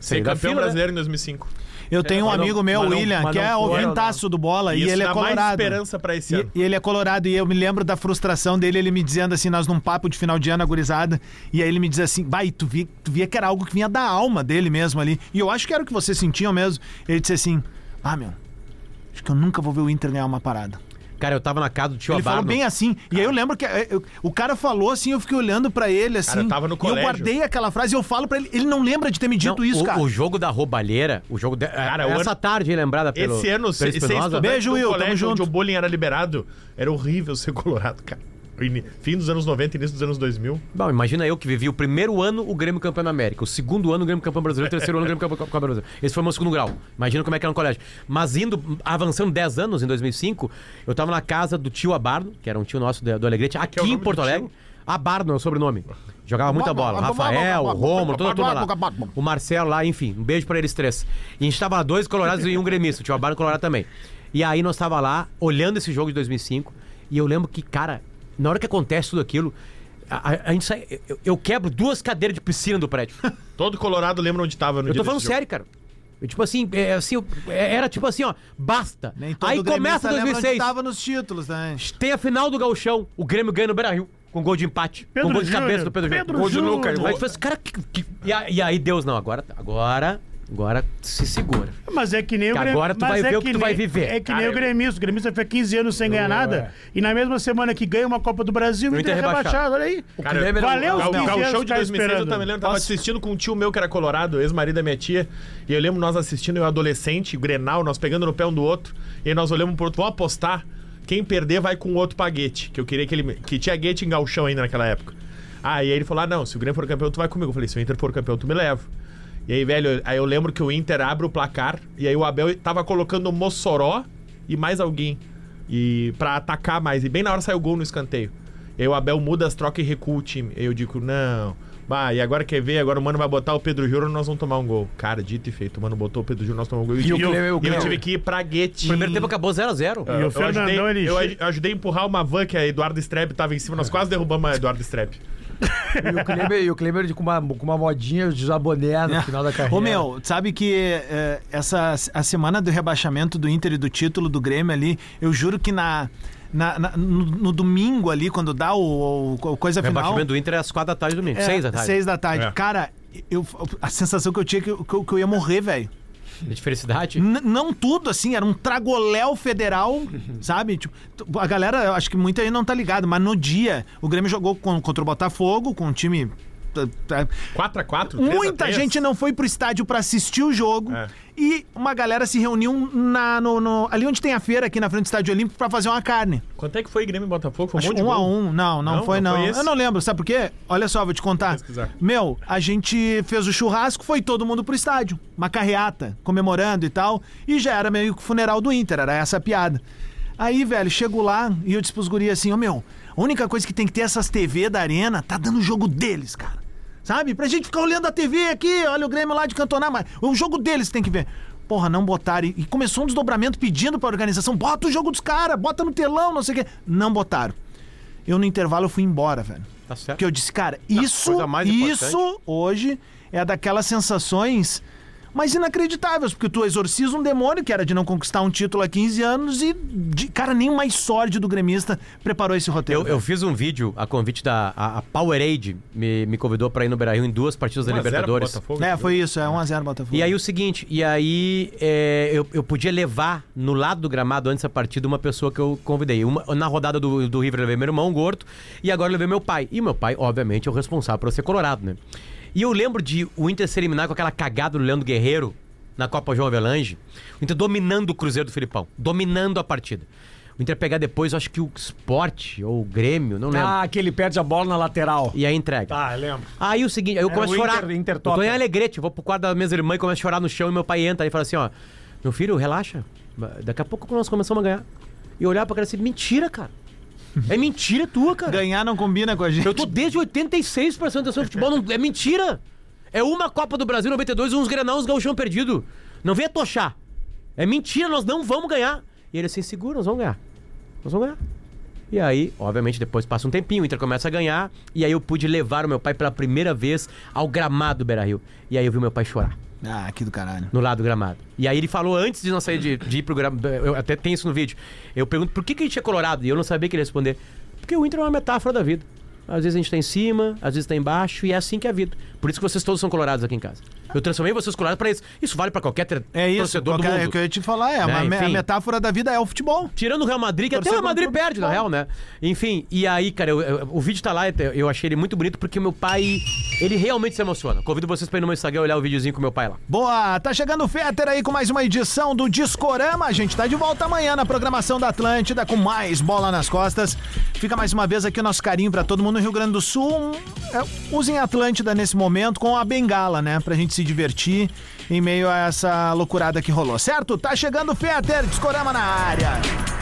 Speaker 5: Ser campeão
Speaker 4: né?
Speaker 5: brasileiro em 2005.
Speaker 2: Eu tenho um
Speaker 5: Mas não-
Speaker 2: amigo meu,
Speaker 5: mas não-
Speaker 2: William,
Speaker 5: mas
Speaker 2: que
Speaker 5: não
Speaker 2: é
Speaker 5: foi,
Speaker 2: o
Speaker 5: não.
Speaker 2: vintaço do bola e,
Speaker 5: Isso
Speaker 2: ele é
Speaker 5: dá mais
Speaker 2: colorado.
Speaker 5: esperança pra esse
Speaker 2: E-
Speaker 5: ano.
Speaker 2: E, ele é colorado e eu me lembro da frustração dele, ele me dizendo assim, nós num papo de final de ano agorizada, e aí ele me diz assim: "Vai, tu via, tu via que era algo que vinha da alma dele mesmo ali". E eu acho que era o que vocês sentiam mesmo. Ele disse assim: "Ah, meu, acho que eu nunca vou ver o Inter ganhar uma parada".
Speaker 4: Cara, eu tava na casa do tio
Speaker 2: Ele
Speaker 4: Abarno.
Speaker 2: falou bem assim. E aí eu lembro que eh, eu- o cara falou assim, eu fiquei olhando pra ele assim.
Speaker 4: Cara, eu tava no
Speaker 2: E eu
Speaker 4: colégio.
Speaker 2: guardei aquela frase e eu falo pra ele, ele não lembra de ter me dito
Speaker 4: Não,
Speaker 2: isso,
Speaker 4: o,
Speaker 2: cara.
Speaker 4: O jogo da roubalheira, o jogo. De,
Speaker 5: Cara,
Speaker 4: cara,
Speaker 5: o
Speaker 4: essa
Speaker 5: ano-
Speaker 4: tarde lembrada pelo.
Speaker 5: Esse ano,
Speaker 4: pelo
Speaker 5: se- esse
Speaker 4: Espinosa.
Speaker 5: estudante do colégio onde o bullying era liberado, era horrível ser colorado, cara. Ini- Fim dos anos 90, início dos anos 2000.
Speaker 4: Bom, imagina eu que vivi o primeiro ano o Grêmio campeão da América, o segundo ano o Grêmio campeão brasileiro, o terceiro ano o Grêmio campeão campeão brasileiro. Esse foi o meu segundo grau. Imagina como é que era no colégio. Mas indo, avançando 10 anos, em 2005, eu tava na casa do tio Abarno, que era um tio nosso de- do Alegrete, aqui em Porto Alegre. Abarno é o sobrenome. Jogava muita bola. Rafael, o Romulo, toda a turma lá. O Marcelo lá, enfim, um beijo pra eles três. E a gente tava lá, dois colorados e um gremista, o tio Abarno colorado também. E aí nós tava lá, olhando esse jogo de 2005, e eu lembro que, cara, na hora que acontece tudo aquilo, a, a- a gente sai, eu, eu quebro duas cadeiras de piscina do prédio.
Speaker 5: Todo colorado lembra onde tava no
Speaker 4: Eu
Speaker 5: dia
Speaker 4: tô falando
Speaker 5: desse jogo.
Speaker 4: sério, cara. Eu, tipo assim, é, assim eu- é- era tipo assim, ó, basta.
Speaker 2: Todo
Speaker 4: Aí
Speaker 2: gremista
Speaker 4: começa
Speaker 2: lembra onde
Speaker 4: 2006.
Speaker 2: tava nos títulos, né?
Speaker 4: Tem a final do Gauchão, o Grêmio ganha no Beira-Rio, com gol de empate.
Speaker 2: Pedro
Speaker 4: com um gol de
Speaker 2: Júnior,
Speaker 4: cabeça do Pedro,
Speaker 2: Pedro
Speaker 4: Gol de
Speaker 2: Júnior.
Speaker 4: Lucas. Aí tu fala assim, cara, que- que- e, a- e aí Deus, não, agora, agora, agora se segura.
Speaker 3: Mas é que nem o
Speaker 4: Que
Speaker 3: gremi-
Speaker 4: agora tu
Speaker 3: mas
Speaker 4: vai
Speaker 3: é
Speaker 4: ver o que tu vai viver.
Speaker 3: É que
Speaker 4: Cara,
Speaker 3: nem
Speaker 4: eu-
Speaker 3: o
Speaker 4: é.
Speaker 3: gremista. O gremista fica 15 anos sem ganhar nada. E na mesma semana que ganha uma Copa do Brasil, o Inter é rebaixado. Olha aí.
Speaker 5: Cara,
Speaker 3: Valeu os
Speaker 5: o
Speaker 3: 15 anos
Speaker 5: show de
Speaker 3: que tava
Speaker 5: 2006 eu
Speaker 3: tá esperando.
Speaker 5: também lembro, tava assistindo com um tio meu que era colorado, ex-marido da minha tia, e eu lembro nós assistindo, eu adolescente, Grenal, nós pegando no pé um do outro, e aí nós olhamos pro outro, vamos apostar, quem perder vai com outro pra guete, que eu queria que ele, que tinha guete em galchão ainda naquela época. Ah, e aí ele falou, ah, não, se o Grêmio for campeão, tu vai comigo. Eu falei, se o Inter for campeão, tu me leva. E aí, velho, aí eu lembro que o Inter abre o placar, e aí o Abel tava colocando Mossoró e mais alguém, e pra atacar mais, e bem na hora saiu o gol no escanteio. E aí o Abel muda as trocas e recua o time. Eu digo, não. Bah, e agora quer ver? Agora o Mano vai botar o Pedro Júnior nós vamos tomar um gol. Cara, dito e feito. O Mano botou o Pedro Júnior, nós tomamos um gol.
Speaker 4: E o
Speaker 5: eu, eu,
Speaker 4: Cleo- o Cleo-
Speaker 5: tive que ir pra Guete.
Speaker 4: Primeiro tempo acabou 0x0.
Speaker 5: Eu, eu ajudei, eu aj- ajudei a empurrar uma van que a Eduardo Streb tava em cima. Nós quase derrubamos a Eduardo Streb.
Speaker 14: E o Kleber, e o Kleber de- com, uma, com uma modinha de usar boné no final da carreira.
Speaker 2: É. Ô meu, sabe que eh, essa a semana do rebaixamento do Inter e do título do Grêmio ali, eu juro que na, na- na- no, no domingo ali, quando dá o, o- o coisa
Speaker 4: O
Speaker 2: final.
Speaker 4: rebaixamento do Inter é às 4 da tarde do domingo,
Speaker 2: É,
Speaker 4: 6 da tarde.
Speaker 2: Seis da tarde.
Speaker 4: É.
Speaker 2: Cara, eu, a sensação que eu tinha é que, eu- que eu- que eu ia morrer, velho.
Speaker 4: De felicidade?
Speaker 2: não tudo, assim, era um tragoléu federal, sabe? Tipo, t- a galera, eu acho que muita aí não tá ligado, mas no dia, o Grêmio jogou com- contra o Botafogo, com um time.
Speaker 5: 4x4?
Speaker 2: Muita gente não foi pro estádio pra assistir o jogo e uma galera se reuniu na, no- no- ali onde tem a feira, aqui na frente do Estádio Olímpico, pra fazer uma carne.
Speaker 5: Quanto é que foi Grêmio e Botafogo? Foi um
Speaker 2: Acho
Speaker 5: monte de
Speaker 2: um a
Speaker 5: gol?
Speaker 2: um. Não, não,
Speaker 5: Não?
Speaker 2: foi
Speaker 5: Não
Speaker 2: não.
Speaker 5: foi esse?
Speaker 2: Eu não lembro, sabe por quê? Olha só, vou te contar. Meu, a gente fez o churrasco, foi todo mundo pro estádio. Uma carreata, comemorando e tal. E já era meio que o funeral do Inter, era essa a piada. Aí, velho, chego lá e eu disse pros guris assim, ô meu, a única coisa que tem que ter essas TV da arena, tá dando o jogo deles, cara. Sabe? Pra gente ficar olhando a TV aqui, olha o Grêmio lá de Cantonar, mas o jogo deles tem que ver. Porra, não botaram. E e começou um desdobramento pedindo pra organização, bota o jogo dos caras, bota no telão, não sei o quê. Não botaram. Eu no intervalo eu fui embora, velho.
Speaker 4: Tá certo.
Speaker 2: Porque eu disse, cara, isso,
Speaker 4: coisa mais
Speaker 2: isso
Speaker 4: importante.
Speaker 2: hoje é daquelas sensações mas inacreditáveis, porque tu exorciza um demônio que era de não conquistar um título há 15 anos e, de, cara, nem o mais sórdido gremista preparou esse roteiro.
Speaker 4: Eu, eu fiz um vídeo a convite da a, a Powerade, me, me convidou pra ir no Beira-Rio em duas partidas da
Speaker 2: 1 a 0 pro
Speaker 4: Libertadores.
Speaker 2: Botafogo, É, foi isso, é 1x0 Botafogo.
Speaker 4: E aí o seguinte, e aí é, eu, eu podia levar no lado do gramado antes da partida uma pessoa que eu convidei. Uma- na rodada do, do River eu levei meu irmão, o Gorto, e agora eu levei meu pai. E meu pai, obviamente, é o responsável por eu ser colorado, né? E eu lembro de o Inter ser eliminado com aquela cagada do Leandro Guerreiro na Copa João Avelange. O Inter dominando o Cruzeiro do Filipão, dominando a partida. O Inter pegar depois, eu acho que o Sport ou o Grêmio, não lembro.
Speaker 14: Ah, que ele perde a bola na lateral.
Speaker 4: E aí entrega.
Speaker 14: Ah, lembro.
Speaker 4: Aí o seguinte, aí eu
Speaker 14: Era
Speaker 4: começo a
Speaker 14: É o
Speaker 4: chorar.
Speaker 14: Inter- Inter
Speaker 4: eu tô
Speaker 14: Topper.
Speaker 4: em alegrete, eu vou pro quarto da minha irmã e começo a chorar no chão e meu pai entra e fala assim, ó, meu filho, relaxa. Daqui a pouco nós começamos a ganhar. E eu olhar pra cara assim, mentira, cara. É mentira tua, cara.
Speaker 2: Ganhar não combina com a gente.
Speaker 4: Eu tô desde 86 prestando atenção no futebol, não, é mentira. É uma Copa do Brasil 92, uns Grenal, uns gauchão perdido. Não venha tochar. É mentira, nós não vamos ganhar. E ele assim, segura, nós vamos ganhar. Nós vamos ganhar. E aí, obviamente, depois passa um tempinho, o Inter começa a ganhar, e aí eu pude levar o meu pai pela primeira vez ao gramado do Beira-Rio. E aí eu vi o meu pai chorar.
Speaker 2: Ah, que do caralho.
Speaker 4: No lado do gramado. E aí ele falou antes de nós sair de, de ir pro gramado, eu até tem isso no vídeo. Eu pergunto por que, que a gente é colorado? E eu não sabia o que ele responder. Porque o Inter é uma metáfora da vida. Às vezes a gente tá em cima, às vezes tá embaixo, e é assim que é a vida. Por isso que vocês todos são colorados aqui em casa. Eu transformei vocês colorados pra isso. Isso vale pra qualquer tre-
Speaker 2: É isso,
Speaker 4: torcedor
Speaker 2: qualquer-
Speaker 4: do
Speaker 2: é o
Speaker 4: mundo.
Speaker 2: que eu ia te falar, é,
Speaker 4: Né,
Speaker 2: uma me- a
Speaker 4: enfim.
Speaker 2: metáfora da vida é o futebol.
Speaker 4: Tirando o Real Madrid, que até o Real Madrid perde, na real, né? Enfim, e aí, cara, eu- eu- o vídeo tá lá, eu- eu achei ele muito bonito porque o meu pai, ele realmente se emociona. Convido vocês pra ir no meu Instagram olhar o videozinho com o meu pai lá.
Speaker 2: Boa, tá chegando o Fetter aí com mais uma edição do Discorama. A gente tá de volta amanhã na programação da Atlântida com mais bola nas costas. Fica mais uma vez aqui o nosso carinho pra todo mundo no Rio Grande do Sul. Um, é, usem a Atlântida nesse momento com a bengala, né? Pra gente se divertir em meio a essa loucurada que rolou, certo? Tá chegando o Fetter, Discorama na área.